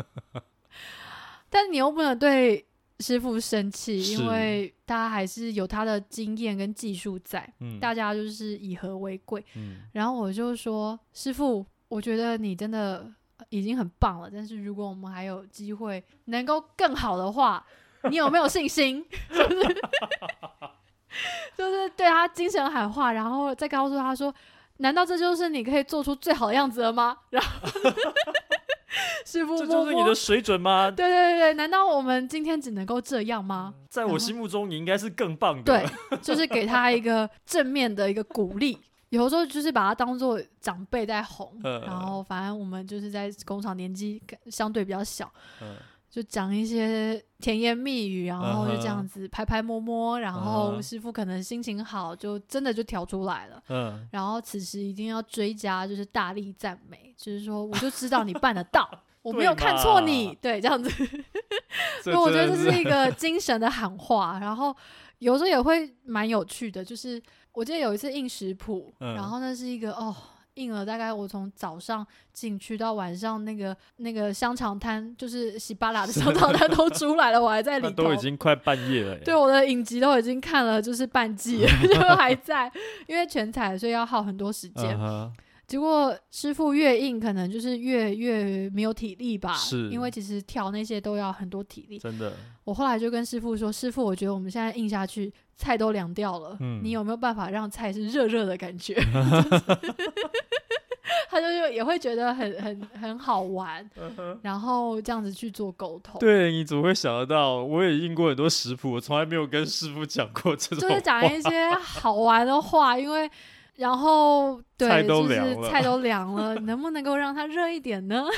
[SPEAKER 1] 但你又不能对师傅生气，
[SPEAKER 3] 是
[SPEAKER 1] 因为他还是有他的经验跟技术在，
[SPEAKER 3] 嗯
[SPEAKER 1] 大家就是以和为贵。
[SPEAKER 3] 嗯
[SPEAKER 1] 然后我就说：“师傅，我觉得你真的已经很棒了，但是如果我们还有机会能够更好的话，你有没有信心？” 就是就是对他精神喊话，然后再告诉他说：“难道这就是你可以做出最好的样子了吗？”然后 师傅
[SPEAKER 3] 这
[SPEAKER 1] 摸
[SPEAKER 3] 就是你
[SPEAKER 1] 摸
[SPEAKER 3] 的。水准吗？
[SPEAKER 1] 对对对对，难道我们今天只能够这样吗？
[SPEAKER 3] 在我心目中，你应该是更棒的。
[SPEAKER 1] 对，就是给他一个正面的一个鼓励。有的时候就是把他当做长辈在哄，
[SPEAKER 3] 嗯
[SPEAKER 1] 然后反正我们就是在工厂年纪相对比较小，
[SPEAKER 3] 嗯，
[SPEAKER 1] 就讲一些甜言蜜语，然后就这样子拍拍摸摸，然后
[SPEAKER 3] 嗯
[SPEAKER 1] 师傅可能心情好，就真的就调出来了。
[SPEAKER 3] 嗯，
[SPEAKER 1] 然后此时一定要追加，就是大力赞美，就是说我就知道你办得到， 我没有看错你，对，这样子。所以我觉得这
[SPEAKER 3] 真的
[SPEAKER 1] 是一个精神的喊话，然后有时候也会蛮有趣的。就是我记得有一次印食谱，
[SPEAKER 3] 嗯
[SPEAKER 1] 然后那是一个哦，印了大概我从早上进去到晚上，那个那个香肠摊就是喜巴拉的香肠摊都出来了，我还在
[SPEAKER 3] 那
[SPEAKER 1] 里
[SPEAKER 3] 都
[SPEAKER 1] 头
[SPEAKER 3] 已。经快半夜了耶。
[SPEAKER 1] 对我的影集都已经看了，就是半季了， 就还在，因为全彩，所以要耗很多时间。
[SPEAKER 3] 嗯哼，
[SPEAKER 1] 结果师傅越硬，可能就是越越没有体力吧，
[SPEAKER 3] 是
[SPEAKER 1] 因为其实跳那些都要很多体力。
[SPEAKER 3] 真的，
[SPEAKER 1] 我后来就跟师傅说：“师傅，我觉得我们现在印下去，菜都凉掉了，
[SPEAKER 3] 嗯
[SPEAKER 1] 你有没有办法让菜是热热的感 觉？” 就是他就是也会觉得很很很好玩，然后这样子去做沟通，
[SPEAKER 3] 嗯对你怎么会想得到？我也印过很多食谱，我从来没有跟师傅讲过这种。
[SPEAKER 1] 就是讲一些好玩的话，因为。然 后
[SPEAKER 3] 菜
[SPEAKER 1] 对，
[SPEAKER 3] 都
[SPEAKER 1] 就
[SPEAKER 3] 凉
[SPEAKER 1] 是
[SPEAKER 3] 了
[SPEAKER 1] 菜 都凉了，能不能够让它热一点呢？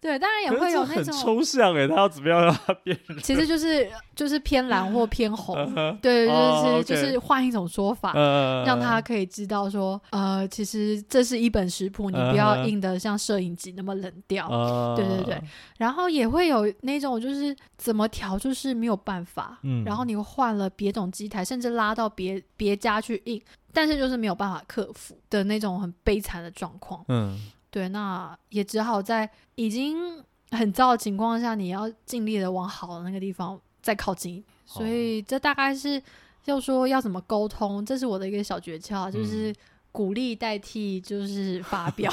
[SPEAKER 1] 对，当然也
[SPEAKER 3] 可是
[SPEAKER 1] 会
[SPEAKER 3] 这
[SPEAKER 1] 有那
[SPEAKER 3] 很
[SPEAKER 1] 种，
[SPEAKER 3] 抽象哎，他要怎么样让他变？
[SPEAKER 1] 其实就是就是偏蓝或偏红，
[SPEAKER 3] 嗯
[SPEAKER 1] 对，就是、
[SPEAKER 3] 哦
[SPEAKER 1] 就
[SPEAKER 3] OK
[SPEAKER 1] 是换一种说法，
[SPEAKER 3] 呃
[SPEAKER 1] 让他可以知道说，呃，其实这是一本食谱，你不
[SPEAKER 3] 嗯
[SPEAKER 1] 要
[SPEAKER 3] 哼
[SPEAKER 1] 印的像摄影集那么冷调。
[SPEAKER 3] 啊
[SPEAKER 1] 对对对，然后也会有那种就是怎么调就是没有办法，
[SPEAKER 3] 嗯
[SPEAKER 1] 然后你换了别种机台，甚至拉到别别家去印，但是就是没有办法克服的那种很悲惨的状况。
[SPEAKER 3] 嗯
[SPEAKER 1] 对，那也只好在已经很糟的情况下，你要尽力的往好的那个地方再靠近一点。
[SPEAKER 3] 哦
[SPEAKER 1] 所以这大概是要说要怎么沟通，这是我的一个小诀窍，啊
[SPEAKER 3] 嗯
[SPEAKER 1] 就是鼓励代替就是发表，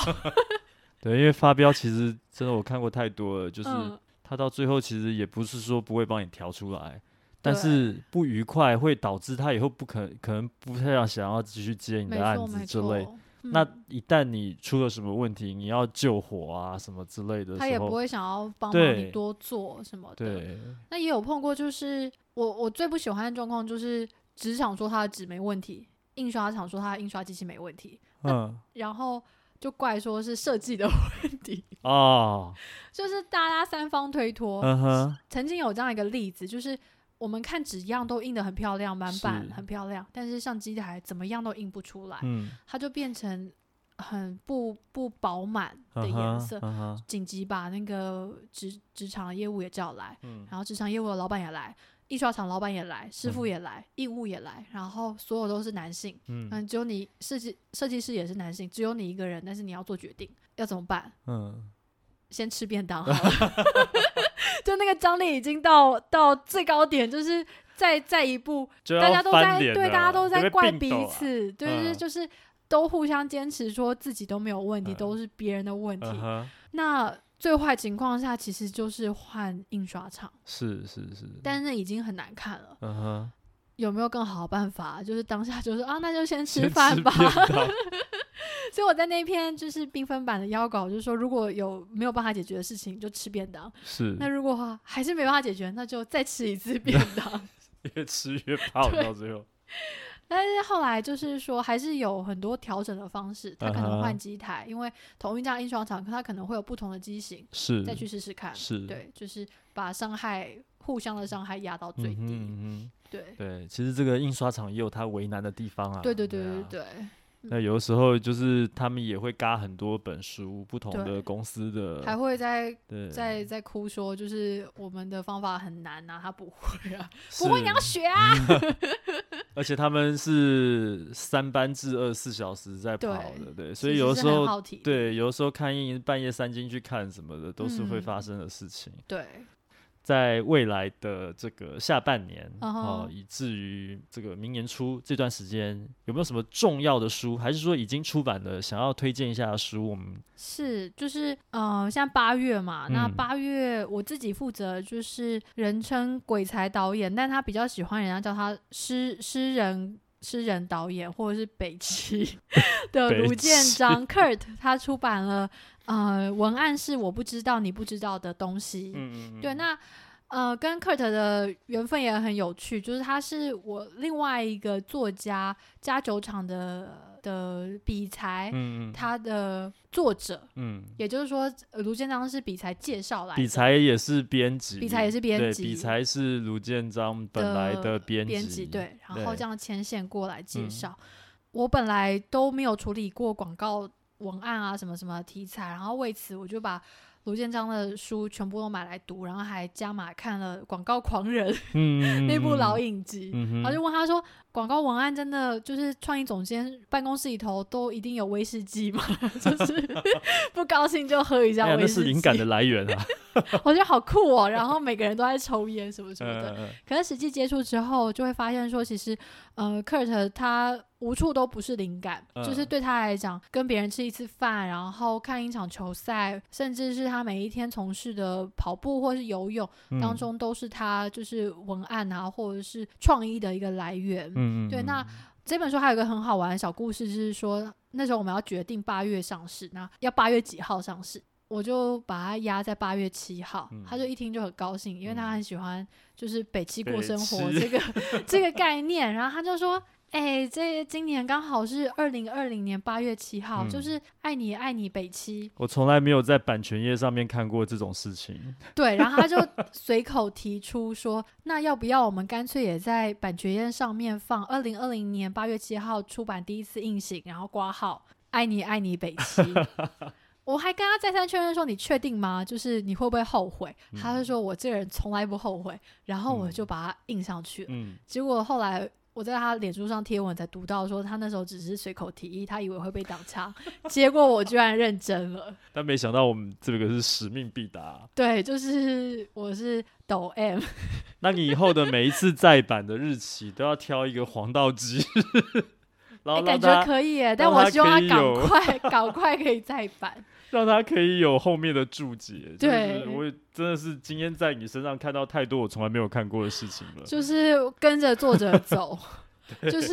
[SPEAKER 3] 对，因为发飙其实真的我看过太多了， 就是
[SPEAKER 1] 嗯，
[SPEAKER 3] 他到最后其实也不是说不会帮你调出来，但
[SPEAKER 1] 对
[SPEAKER 3] 是不愉快会导致他以后不可可能不太想想要继续接你
[SPEAKER 1] 没
[SPEAKER 3] 的案
[SPEAKER 1] 错
[SPEAKER 3] 子
[SPEAKER 1] 没
[SPEAKER 3] 之类。
[SPEAKER 1] 错。嗯
[SPEAKER 3] 那一旦你出了什么问题，你要救火啊什么之类的
[SPEAKER 1] 他也
[SPEAKER 3] 时
[SPEAKER 1] 不
[SPEAKER 3] 候，
[SPEAKER 1] 会想要帮忙
[SPEAKER 3] 对
[SPEAKER 1] 你多做什么的。
[SPEAKER 3] 对，
[SPEAKER 1] 那也有碰过，就是我我最不喜欢的状况就是纸厂说他的纸没问题，印刷厂说他的印刷机器没问题，
[SPEAKER 3] 嗯
[SPEAKER 1] 然后就怪说是设计的问题。
[SPEAKER 3] 哦，
[SPEAKER 1] 就是大家三方推脱。
[SPEAKER 3] 嗯哼，
[SPEAKER 1] 曾经有这样一个例子，就是我们看纸样都印得很漂亮，满版
[SPEAKER 3] 是
[SPEAKER 1] 很漂亮，但是像机台怎么样都印不出来，
[SPEAKER 3] 嗯，
[SPEAKER 1] 它就变成很不不饱满的
[SPEAKER 3] 嗯哼
[SPEAKER 1] 颜色。
[SPEAKER 3] 嗯哼，
[SPEAKER 1] 紧急把那个职职场的业务也叫来，
[SPEAKER 3] 嗯
[SPEAKER 1] 然后职场业务的老板也来，印刷厂老板也来，师
[SPEAKER 3] 嗯
[SPEAKER 1] 傅也来，义务也来，然后所有都是男性，
[SPEAKER 2] 嗯
[SPEAKER 1] 嗯，只有你设计设计师也是男性，只有你一个人，但是你要做决定，要怎么办？
[SPEAKER 2] 嗯，
[SPEAKER 1] 先吃便当好了， 就那个张力已经到到最高点，就是再再一步，
[SPEAKER 3] 就
[SPEAKER 1] 大
[SPEAKER 3] 要
[SPEAKER 1] 家都
[SPEAKER 3] 翻
[SPEAKER 1] 在
[SPEAKER 3] 脸
[SPEAKER 1] 对，
[SPEAKER 3] 了
[SPEAKER 1] 大家都在
[SPEAKER 3] 会被
[SPEAKER 1] 怪
[SPEAKER 3] 并
[SPEAKER 1] 彼
[SPEAKER 3] 斗啊
[SPEAKER 1] 此，对，就是
[SPEAKER 3] 嗯
[SPEAKER 1] 就是都互相坚持说自己都没有问题，
[SPEAKER 3] 嗯
[SPEAKER 1] 都是别人的问题。
[SPEAKER 3] 嗯哼，
[SPEAKER 1] 那最坏情况下，其实就是换印刷厂，
[SPEAKER 3] 是是是，
[SPEAKER 1] 但是那已经很难看了。
[SPEAKER 3] 嗯哼，
[SPEAKER 1] 有没有更好的办法？就是当下就是啊，那就先吃
[SPEAKER 3] 先
[SPEAKER 1] 饭吧。
[SPEAKER 3] 便当
[SPEAKER 1] 所以我在那篇就是缤纷版的邀稿，就是说如果有没有办法解决的事情，就吃便当；
[SPEAKER 2] 嗯
[SPEAKER 3] 是
[SPEAKER 1] 那如果还是没办法解决，那就再吃一次便 当。
[SPEAKER 3] 越吃越胖
[SPEAKER 1] 对
[SPEAKER 3] 到最后，
[SPEAKER 1] 但是后来就是说，还是有很多调整的方式，他可
[SPEAKER 3] 嗯哼
[SPEAKER 1] 能换机台，因为同一家印刷厂，它可能会有不同的机型，
[SPEAKER 2] 嗯
[SPEAKER 3] 是
[SPEAKER 1] 再去试试看。
[SPEAKER 3] 是
[SPEAKER 1] 对，就是把伤害互相的伤害压到最
[SPEAKER 2] 嗯
[SPEAKER 1] 低。
[SPEAKER 2] 哼嗯
[SPEAKER 1] 对
[SPEAKER 2] 哼，，对，其实这个印刷厂也有它为难的地方啊。
[SPEAKER 1] 对对对
[SPEAKER 2] 啊
[SPEAKER 1] 对嗯对
[SPEAKER 2] 那有的时候就是他们也会嘎很多本书，不同的
[SPEAKER 1] 对
[SPEAKER 2] 公司
[SPEAKER 1] 对，还
[SPEAKER 2] 的，
[SPEAKER 1] 会在
[SPEAKER 2] 呃对，
[SPEAKER 1] 在在哭说，就是我们的方法很难啊，他不会啊，不会你要学啊。
[SPEAKER 2] 嗯而且他们是三班制二十四小时在跑
[SPEAKER 1] 对
[SPEAKER 2] 的，对，所以
[SPEAKER 1] 其实
[SPEAKER 2] 有的
[SPEAKER 1] 是
[SPEAKER 2] 时
[SPEAKER 1] 很
[SPEAKER 2] 候
[SPEAKER 1] 好奇
[SPEAKER 2] 对，有的时候看映半夜三更去看什么的，都是会
[SPEAKER 1] 嗯
[SPEAKER 2] 发生的事情。
[SPEAKER 1] 对
[SPEAKER 2] 在未来的这个下半年
[SPEAKER 1] 嗯哼
[SPEAKER 2] 哦、以至于这个明年初这段时间，有没有什么重要的书，还是说已经出版的，想要推荐一下的书？我们
[SPEAKER 1] 是就是呃，像八月嘛，那
[SPEAKER 2] 嗯
[SPEAKER 1] 八月我自己负责就是人称鬼才导演，但他比较喜欢人家叫他诗诗人。诗人导演或者是北 齐的
[SPEAKER 2] 北
[SPEAKER 1] 卢建
[SPEAKER 2] 齐
[SPEAKER 1] 章 Kurt，他出版了呃文案是我不知道你不知道的东西，
[SPEAKER 2] 嗯
[SPEAKER 1] 对，那呃，跟 Kurt 的缘分也很有趣，就是他是我另外一个作家加酒厂的的比才，
[SPEAKER 2] 嗯嗯
[SPEAKER 1] 他的作者，
[SPEAKER 2] 嗯，
[SPEAKER 1] 也就是说呃卢建章是比才介绍来的，
[SPEAKER 2] 比才也是编辑，
[SPEAKER 1] 比才也是编
[SPEAKER 2] 对
[SPEAKER 1] 辑
[SPEAKER 2] 比才是卢建章本来的编
[SPEAKER 1] 编
[SPEAKER 2] 辑，
[SPEAKER 1] 对，然后
[SPEAKER 2] 对
[SPEAKER 1] 这样牵线过来介
[SPEAKER 2] 嗯
[SPEAKER 1] 绍。我本来都没有处理过广告文案啊什么什么题材，然后为此我就把卢建章的书全部都买来读，然后还加码看了《广告狂人》
[SPEAKER 2] 嗯，嗯
[SPEAKER 1] 那部老
[SPEAKER 2] 嗯
[SPEAKER 1] 影集，
[SPEAKER 2] 嗯哼，
[SPEAKER 1] 然后就问他说：“广告文案真的就是创意总监办公室里头都一定有威士忌吗？ 就是 不高兴就喝一下
[SPEAKER 2] 哎呀，
[SPEAKER 1] 威
[SPEAKER 2] 那
[SPEAKER 1] 士忌。
[SPEAKER 2] 是灵感的来源 啊，
[SPEAKER 1] 我觉得好酷哦。然后每个人都在抽烟什么什么的。
[SPEAKER 2] 嗯
[SPEAKER 1] 可是实际接触之后，就会发现说，其实呃，Kurt 他无处都不是灵感，
[SPEAKER 2] 嗯
[SPEAKER 1] 就是对他来讲，跟别人吃一次饭，然后看一场球赛，甚至是他每一天从事的跑步或是游泳
[SPEAKER 2] 嗯
[SPEAKER 1] 当，中，都是他就是文案啊，或者是创意的一个来源。
[SPEAKER 2] 嗯嗯，
[SPEAKER 1] 对，
[SPEAKER 2] 嗯
[SPEAKER 1] 那这本书还有一个很好玩的小故事，就是说那时候我们要决定八月上市，那要八月几号上市，我就把它压在八月七号。
[SPEAKER 2] 嗯
[SPEAKER 1] 他就一听就很高兴，因为他
[SPEAKER 2] 嗯
[SPEAKER 1] 很喜欢就是北七过
[SPEAKER 3] 北
[SPEAKER 1] 生活
[SPEAKER 3] 七
[SPEAKER 1] 这个这个概念，然后他就说。哎、这今年刚好是二零二零年八月七号，
[SPEAKER 2] 嗯
[SPEAKER 1] 就是爱你爱你北七，
[SPEAKER 2] 我从来没有在版权页上面看过这种事情，
[SPEAKER 1] 对，然后他就随口提出说，那要不要我们干脆也在版权页上面放二零二零年八月七号出版第一次印行，然后挂号“爱你爱你北齐”。我还跟他再三确认说：“你确定吗？就是你会不会后悔？”他就说：“我这个人从来不后悔。”然后我就把它印上去了。
[SPEAKER 2] 嗯，
[SPEAKER 1] 结果后来我在他脸书上贴文才读到说，他那时候只是随口提议，他以为会被挡枪，结果我居然认真了。
[SPEAKER 2] 但没想到我们这个是使命必达。
[SPEAKER 1] 对，就是我是抖 M。
[SPEAKER 2] 那你以后的每一次再版的日期都要挑一个黄道吉 日，然
[SPEAKER 1] 哎，
[SPEAKER 2] 后让
[SPEAKER 1] 感觉
[SPEAKER 2] 它
[SPEAKER 1] 可以耶，但
[SPEAKER 2] 让
[SPEAKER 1] 我
[SPEAKER 2] 它
[SPEAKER 1] 希望
[SPEAKER 2] 可
[SPEAKER 1] 他
[SPEAKER 2] 以
[SPEAKER 1] 赶
[SPEAKER 2] 有
[SPEAKER 1] 快、赶快可以再版。
[SPEAKER 2] 让它可以有后面的注解。就是
[SPEAKER 1] 对
[SPEAKER 2] 我也真的是今天在你身上看到太多我从来没有看过的事情了。
[SPEAKER 1] 就是跟着作者走，就是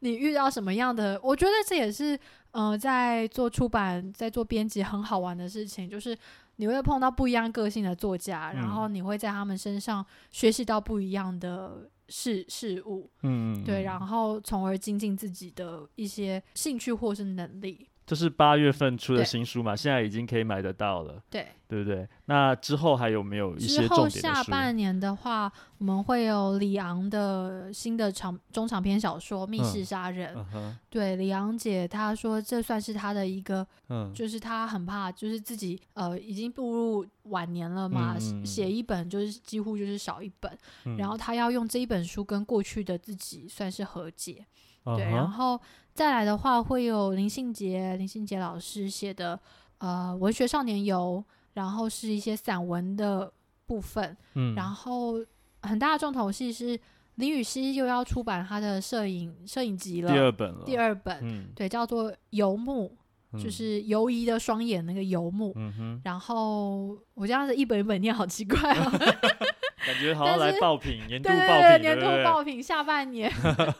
[SPEAKER 1] 你遇到什么样的，我觉得这也是呃，在做出版、在做编辑很好玩的事情，就是你会碰到不一样个性的作家，然
[SPEAKER 2] 嗯
[SPEAKER 1] 后你会在他们身上学习到不一样的事事物，
[SPEAKER 2] 嗯，
[SPEAKER 1] 对，然后从而精进自己的一些兴趣或是能力。
[SPEAKER 2] 嗯就是八月份出的
[SPEAKER 1] 对
[SPEAKER 2] 新书嘛，现在已经可以买得到了，
[SPEAKER 1] 对，
[SPEAKER 2] 对不对？那之后还有没有一些
[SPEAKER 1] 之
[SPEAKER 2] 重
[SPEAKER 1] 后
[SPEAKER 2] 点的
[SPEAKER 1] 下
[SPEAKER 2] 书？
[SPEAKER 1] 半年的话，我们会有李昂的新的长中长篇小说《密
[SPEAKER 2] 嗯
[SPEAKER 1] 室杀人》。
[SPEAKER 2] 嗯哼，
[SPEAKER 1] 对，李昂姐她说这算是她的一个，
[SPEAKER 2] 嗯，
[SPEAKER 1] 就是她很怕，就是自己呃已经步入晚年了嘛，
[SPEAKER 2] 嗯嗯嗯
[SPEAKER 1] 写一本就是几乎就是少一本，
[SPEAKER 2] 嗯
[SPEAKER 1] 然后她要用这一本书跟过去的自己算是和解。
[SPEAKER 2] 嗯
[SPEAKER 1] 对，
[SPEAKER 2] 哼
[SPEAKER 1] 然后再来的话，会有林信杰林信杰老师写的呃《文学少年游》，然后是一些散文的部分，
[SPEAKER 2] 嗯，
[SPEAKER 1] 然后很大的重头戏是李雨熙又要出版他的摄影摄影集了，
[SPEAKER 2] 第二本了，
[SPEAKER 1] 第，二本，
[SPEAKER 2] 嗯，
[SPEAKER 1] 对，叫做《游牧》，就
[SPEAKER 2] 嗯，
[SPEAKER 1] 是游移的双眼那个游牧。
[SPEAKER 2] 嗯哼，
[SPEAKER 1] 然后我这样子一本一本念，好奇怪哦。
[SPEAKER 2] 感觉好像
[SPEAKER 1] 但
[SPEAKER 2] 来
[SPEAKER 1] 是
[SPEAKER 2] 爆品，年度
[SPEAKER 1] 对
[SPEAKER 2] 爆
[SPEAKER 1] 对
[SPEAKER 2] 品，
[SPEAKER 1] 对，
[SPEAKER 2] 对
[SPEAKER 1] 年
[SPEAKER 2] 不
[SPEAKER 1] 度
[SPEAKER 2] 对
[SPEAKER 1] 爆品下半 年，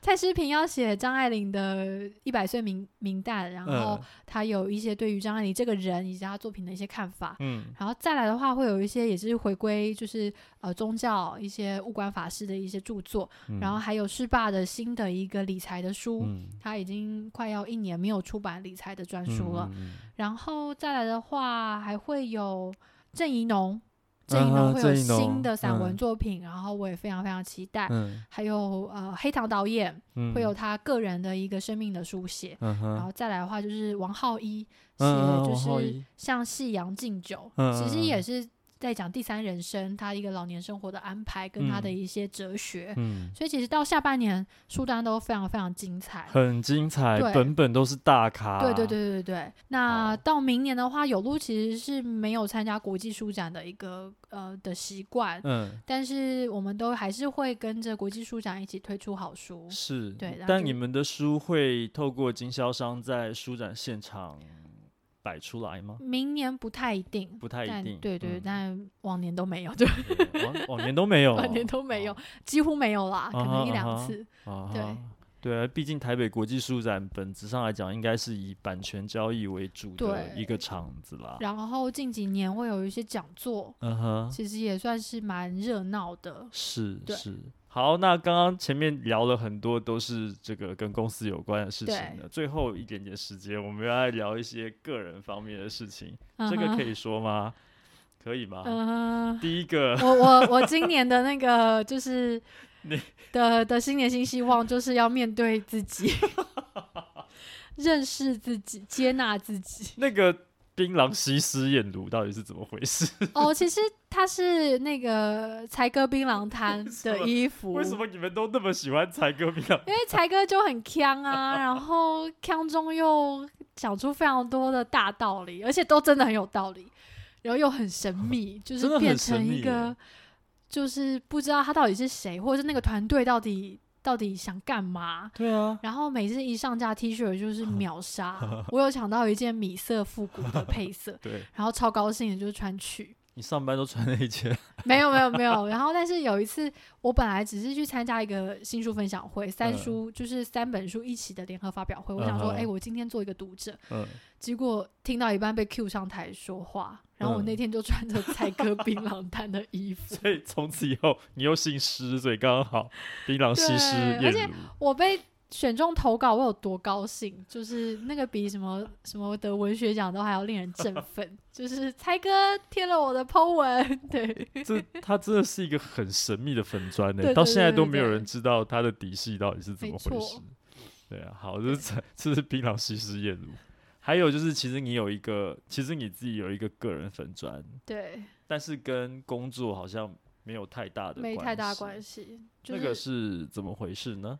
[SPEAKER 1] 蔡诗萍要写张爱玲的《一百岁名名单》，然后
[SPEAKER 2] 嗯
[SPEAKER 1] 她有一些对于张爱玲这个人以及她作品的一些看法。
[SPEAKER 2] 嗯
[SPEAKER 1] 然后再来的话，会有一些也是回归，就是呃宗教一些物管法师的一些著作，
[SPEAKER 2] 嗯，
[SPEAKER 1] 然后还有师爸的新的一个理财的书，
[SPEAKER 2] 嗯
[SPEAKER 1] 他已经快要一年没有出版理财的专
[SPEAKER 2] 嗯
[SPEAKER 1] 书了。
[SPEAKER 2] 嗯嗯
[SPEAKER 1] 然后再来的话，还会有郑怡农，郑怡
[SPEAKER 2] 啊
[SPEAKER 1] 农会有
[SPEAKER 2] 郑怡农
[SPEAKER 1] 新的散文
[SPEAKER 2] 嗯
[SPEAKER 1] 作品，然后我也非常非常期待。
[SPEAKER 2] 嗯
[SPEAKER 1] 还有呃，黑糖导演
[SPEAKER 2] 嗯
[SPEAKER 1] 会有他个人的一个生命的书写。
[SPEAKER 2] 嗯
[SPEAKER 1] 然
[SPEAKER 2] 哼，
[SPEAKER 1] 后再来的话，就是王浩一写
[SPEAKER 2] 嗯嗯
[SPEAKER 1] 就
[SPEAKER 2] 王浩
[SPEAKER 1] 是
[SPEAKER 2] 一
[SPEAKER 1] 像夕阳敬酒，
[SPEAKER 2] 嗯
[SPEAKER 1] 其实
[SPEAKER 2] 嗯嗯
[SPEAKER 1] 也是在讲第三人生他一个老年生活的安排跟他的
[SPEAKER 2] 嗯
[SPEAKER 1] 一些哲学。
[SPEAKER 2] 嗯，
[SPEAKER 1] 所以其实到下半年书单都非常非常精彩。
[SPEAKER 2] 很啊精彩，
[SPEAKER 1] 对
[SPEAKER 2] 本本都是大咖，
[SPEAKER 1] 对对，对对对。那
[SPEAKER 2] 好
[SPEAKER 1] 到明年的话，有路其实是没有参加国际书展的一个呃的习惯，
[SPEAKER 2] 嗯，
[SPEAKER 1] 但是我们都还是会跟着国际书展一起推出好书。
[SPEAKER 2] 是，
[SPEAKER 1] 对然后
[SPEAKER 2] 但
[SPEAKER 1] 就
[SPEAKER 2] 你们的书会透过经销商在书展现场摆出来吗？
[SPEAKER 1] 明年不太一定，
[SPEAKER 2] 不太一
[SPEAKER 1] 但
[SPEAKER 2] 定，
[SPEAKER 1] 对对，
[SPEAKER 2] 嗯
[SPEAKER 1] 但往年都没有，就
[SPEAKER 2] 对往往年都没有，
[SPEAKER 1] 往年都没有，几乎没有啦，可能一
[SPEAKER 2] 啊哈啊
[SPEAKER 1] 两
[SPEAKER 2] 哈
[SPEAKER 1] 次。
[SPEAKER 2] 啊
[SPEAKER 1] 对
[SPEAKER 2] 哈对啊，毕竟台北国际书展本质上来讲，应该是以版权交易为主的
[SPEAKER 1] 对
[SPEAKER 2] 一个场子啦。
[SPEAKER 1] 然后近几年会有一些讲座，
[SPEAKER 2] 嗯哼，
[SPEAKER 1] 其实也算是蛮热闹的。
[SPEAKER 2] 是
[SPEAKER 1] 对
[SPEAKER 2] 是。好，那刚刚前面聊了很多都是这个跟公司有关的事情
[SPEAKER 1] 对
[SPEAKER 2] 的，最后一点点时间，我们要来聊一些个人方面的事情，这
[SPEAKER 1] 嗯
[SPEAKER 2] 个
[SPEAKER 1] 哼
[SPEAKER 2] 可。以说吗？可以吗？
[SPEAKER 1] 嗯哼
[SPEAKER 2] 第一个，
[SPEAKER 1] 我我 我今年的那个就是
[SPEAKER 2] 你
[SPEAKER 1] 的的新年新希望，就是要面对自己，认识自己，接纳自己。
[SPEAKER 2] 那个槟榔西施燕如到底是怎么回事？
[SPEAKER 1] 哦，其实它是那个才哥槟榔 摊的衣服，
[SPEAKER 2] 为什？么你们都那么喜欢才哥槟榔？
[SPEAKER 1] 因为才哥就很强 啊，然后强中又讲出非常多的大道理，而且都真的很有道理，然后又很神秘，就
[SPEAKER 2] 真的
[SPEAKER 1] 是
[SPEAKER 2] 很
[SPEAKER 1] 变
[SPEAKER 2] 神
[SPEAKER 1] 成一
[SPEAKER 2] 秘
[SPEAKER 1] 个
[SPEAKER 2] 耶，
[SPEAKER 1] 就是不知道他到底是谁，或者是那个团队到底到底想干嘛。
[SPEAKER 2] 对啊，，
[SPEAKER 1] 然后每次一上架 T 恤就是秒杀，我有抢到一件米色复古的配色
[SPEAKER 2] 对
[SPEAKER 1] 然后超高兴的就是穿去，
[SPEAKER 2] 你上班都穿那一件，
[SPEAKER 1] 没有没有没有。然后但是有一次，我本来只是去参加一个新书分享会，三
[SPEAKER 2] 嗯
[SPEAKER 1] 书、就是三本书一起的联合发表会，我想说，
[SPEAKER 2] 嗯
[SPEAKER 1] 哎、
[SPEAKER 2] 哼
[SPEAKER 1] 我今天做一个读者，
[SPEAKER 2] 嗯，
[SPEAKER 1] 结果听到一半被 Q 上台说话，然后我
[SPEAKER 2] 嗯
[SPEAKER 1] 那天就穿着才哥槟榔摊的衣 服，
[SPEAKER 2] 所以从此以后你又姓施，所以刚刚好，槟榔西施
[SPEAKER 1] 对而且
[SPEAKER 2] 燕如。
[SPEAKER 1] 我被选中投稿，我有多高兴？就是那个比什么什么得文学奖都还要令人振奋。就是猜哥贴了我的 po 文，对
[SPEAKER 2] 这他真的是一个很神秘的粉砖呢、
[SPEAKER 1] 对对
[SPEAKER 2] 到现在
[SPEAKER 1] 对
[SPEAKER 2] 都
[SPEAKER 1] 对
[SPEAKER 2] 没有
[SPEAKER 1] 对
[SPEAKER 2] 人知道他的底细到底是怎么回
[SPEAKER 1] 没
[SPEAKER 2] 事
[SPEAKER 1] 错。
[SPEAKER 2] 对啊，好，这是才这是槟榔西施燕如，还有就是其实你有一个，其实你自己有一个个人粉砖，
[SPEAKER 1] 对，
[SPEAKER 2] 但是跟工作好像没有太大的
[SPEAKER 1] 没太大关
[SPEAKER 2] 系。
[SPEAKER 1] 系。就
[SPEAKER 2] 那个
[SPEAKER 1] 是
[SPEAKER 2] 是怎么回事呢？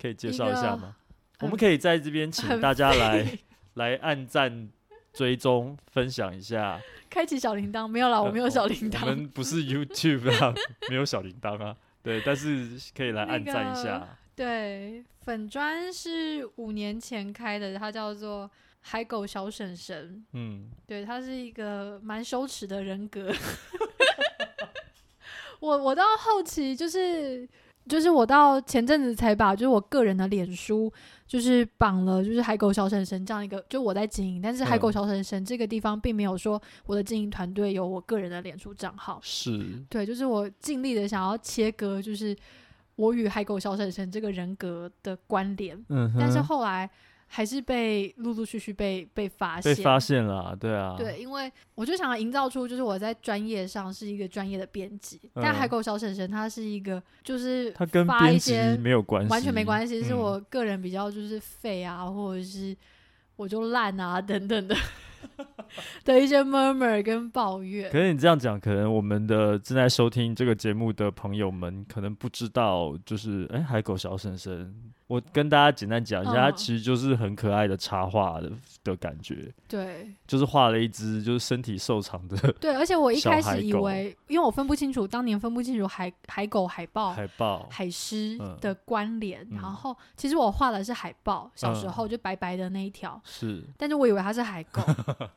[SPEAKER 2] 可以介
[SPEAKER 1] 一
[SPEAKER 2] 绍一下
[SPEAKER 1] 个
[SPEAKER 2] 吗？我
[SPEAKER 1] 很
[SPEAKER 2] 们可以在这边请
[SPEAKER 1] 很
[SPEAKER 2] 大家来来按赞、追踪、分享一下。哦
[SPEAKER 1] 开启小铃铛，没有啦，哦我没有小铃
[SPEAKER 2] 呃
[SPEAKER 1] 铛。
[SPEAKER 2] 我们不是 YouTube 啊， 没有小铃铛啊。对，但是可以来按赞一下。
[SPEAKER 1] 对，粉砖是五年前开的，它叫做海狗小婶婶。
[SPEAKER 2] 嗯，
[SPEAKER 1] 对，他是一个蛮羞耻的人格。 我我到后期就是就是我到前阵子才把就是我个人的脸书就是绑了就是海狗小婶婶这样一个，就我在经营，但是海狗
[SPEAKER 2] 嗯
[SPEAKER 1] 小婶婶这个地方并没有说我的经营团队有我个人的脸书账号。
[SPEAKER 2] 是，
[SPEAKER 1] 对，就是我尽力的想要切割，就是我与海狗小婶婶这个人格的关联。
[SPEAKER 2] 嗯
[SPEAKER 1] 但是后来还是被陆陆续续被被发
[SPEAKER 2] 被
[SPEAKER 1] 现。
[SPEAKER 2] 发现了，对啊，
[SPEAKER 1] 对，因为我就想要营造出，就是我在专业上是一个专业的编辑，但
[SPEAKER 2] 嗯
[SPEAKER 1] 海狗小婶婶她是一个，就是
[SPEAKER 2] 它跟
[SPEAKER 1] 发
[SPEAKER 2] 编
[SPEAKER 1] 一
[SPEAKER 2] 辑
[SPEAKER 1] 些
[SPEAKER 2] 没有关系，
[SPEAKER 1] 完全没关系，是
[SPEAKER 2] 嗯
[SPEAKER 1] 我个人比较就是废啊，或者是我就烂啊等等的 的一些 murmur 跟抱怨
[SPEAKER 2] 可。是你这样讲，可能我们的正在收听这个节目的朋友们，可能不知道，就是哎、海狗小婶婶，我跟大家简单讲一下，它
[SPEAKER 1] 嗯
[SPEAKER 2] 其实就是很可爱的插画的的感觉，
[SPEAKER 1] 对
[SPEAKER 2] 就是画了一只就是身体瘦长的
[SPEAKER 1] 对，而且我一
[SPEAKER 2] 小
[SPEAKER 1] 开
[SPEAKER 2] 海
[SPEAKER 1] 始以
[SPEAKER 2] 狗
[SPEAKER 1] 为，因为我分不清楚，当年分不清楚海海狗海豹。
[SPEAKER 2] 海豹，
[SPEAKER 1] 海狮
[SPEAKER 2] 嗯
[SPEAKER 1] 的关联，
[SPEAKER 2] 嗯
[SPEAKER 1] 然后其实我画的是海豹，小时
[SPEAKER 2] 嗯
[SPEAKER 1] 候就白白的那一条，
[SPEAKER 2] 是，
[SPEAKER 1] 但是我以为它是海 狗，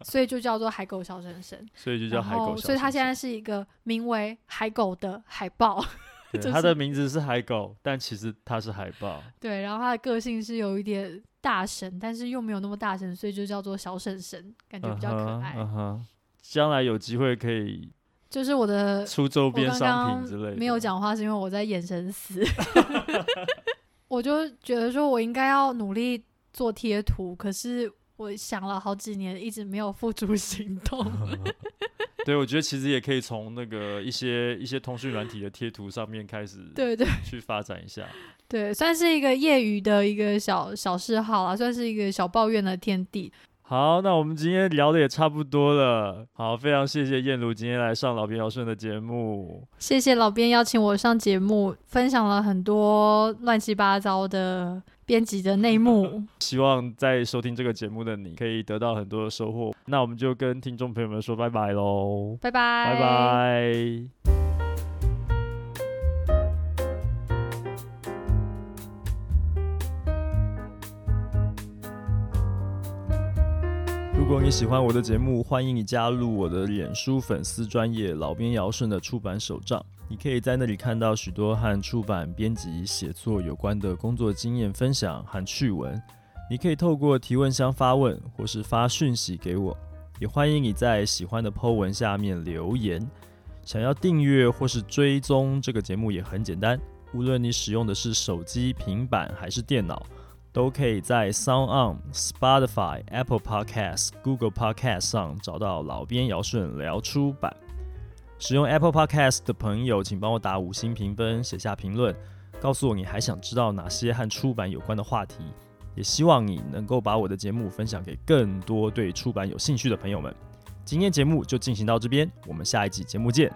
[SPEAKER 1] 所以就叫做海狗小婶婶。
[SPEAKER 2] 所以就叫
[SPEAKER 1] 然
[SPEAKER 2] 海狗
[SPEAKER 1] 后，
[SPEAKER 2] 小婶婶。
[SPEAKER 1] 所以它现在是一个名为海狗的海豹，
[SPEAKER 2] 对
[SPEAKER 1] 就
[SPEAKER 2] 它
[SPEAKER 1] 是
[SPEAKER 2] 的名字是海狗，但其实它是海豹。
[SPEAKER 1] 对。然后它的个性是有一点大神，但是又没有那么大神，所以就叫做小婶婶，感觉比较可
[SPEAKER 2] 嗯哼
[SPEAKER 1] 爱。
[SPEAKER 2] 嗯哼，将来有机会可以
[SPEAKER 1] 就是我的
[SPEAKER 2] 出周
[SPEAKER 1] 我
[SPEAKER 2] 边
[SPEAKER 1] 刚
[SPEAKER 2] 商品之类的。
[SPEAKER 1] 刚没有，讲话是因为我在眼神死， 我就觉得说我应该要努力做贴图，可是我想了好几年，一直没有付诸行动。
[SPEAKER 2] 对我觉得其实也可以从那个一些一些通讯软体的贴图上面开始，
[SPEAKER 1] 对对
[SPEAKER 2] 去发展一下。
[SPEAKER 1] 对，算是一个业余的一个小小嗜好啊，算是一个小抱怨的天地。
[SPEAKER 2] 好，那我们今天聊的也差不多了。好，非常谢谢燕如今天来上老边尧舜的节目。
[SPEAKER 1] 谢谢老编邀请我上节目，分享了很多乱七八糟的编辑的内 幕。
[SPEAKER 2] 希望在收听这个节目的你可以得到很多的收获。那我们就跟听众朋友们说拜拜喽，
[SPEAKER 1] 拜拜，
[SPEAKER 2] 拜拜。如果你喜欢我的节目，欢迎你加入我的脸书粉丝专业老编尧舜的出版手账。你可以在那里看到许多和出版、编辑、写作有关的工作经验分享和趣闻。你可以透过提问箱发问，或是发讯息给我。也欢迎你在喜欢的 Po 文下面留言。想要订阅或是追踪这个节目也很简单，无论你使用的是手机、平板还是电脑，都可以在 Sound On、Spotify、Apple Podcasts、Google Podcasts 上找到老编尧舜聊出版。使用 Apple Podcast 的朋友，请帮我打五星评分，写下评论，告诉我你还想知道哪些和出版有关的话题。也希望你能够把我的节目分享给更多对出版有兴趣的朋友们。今天节目就进行到这边，我们下一集节目见，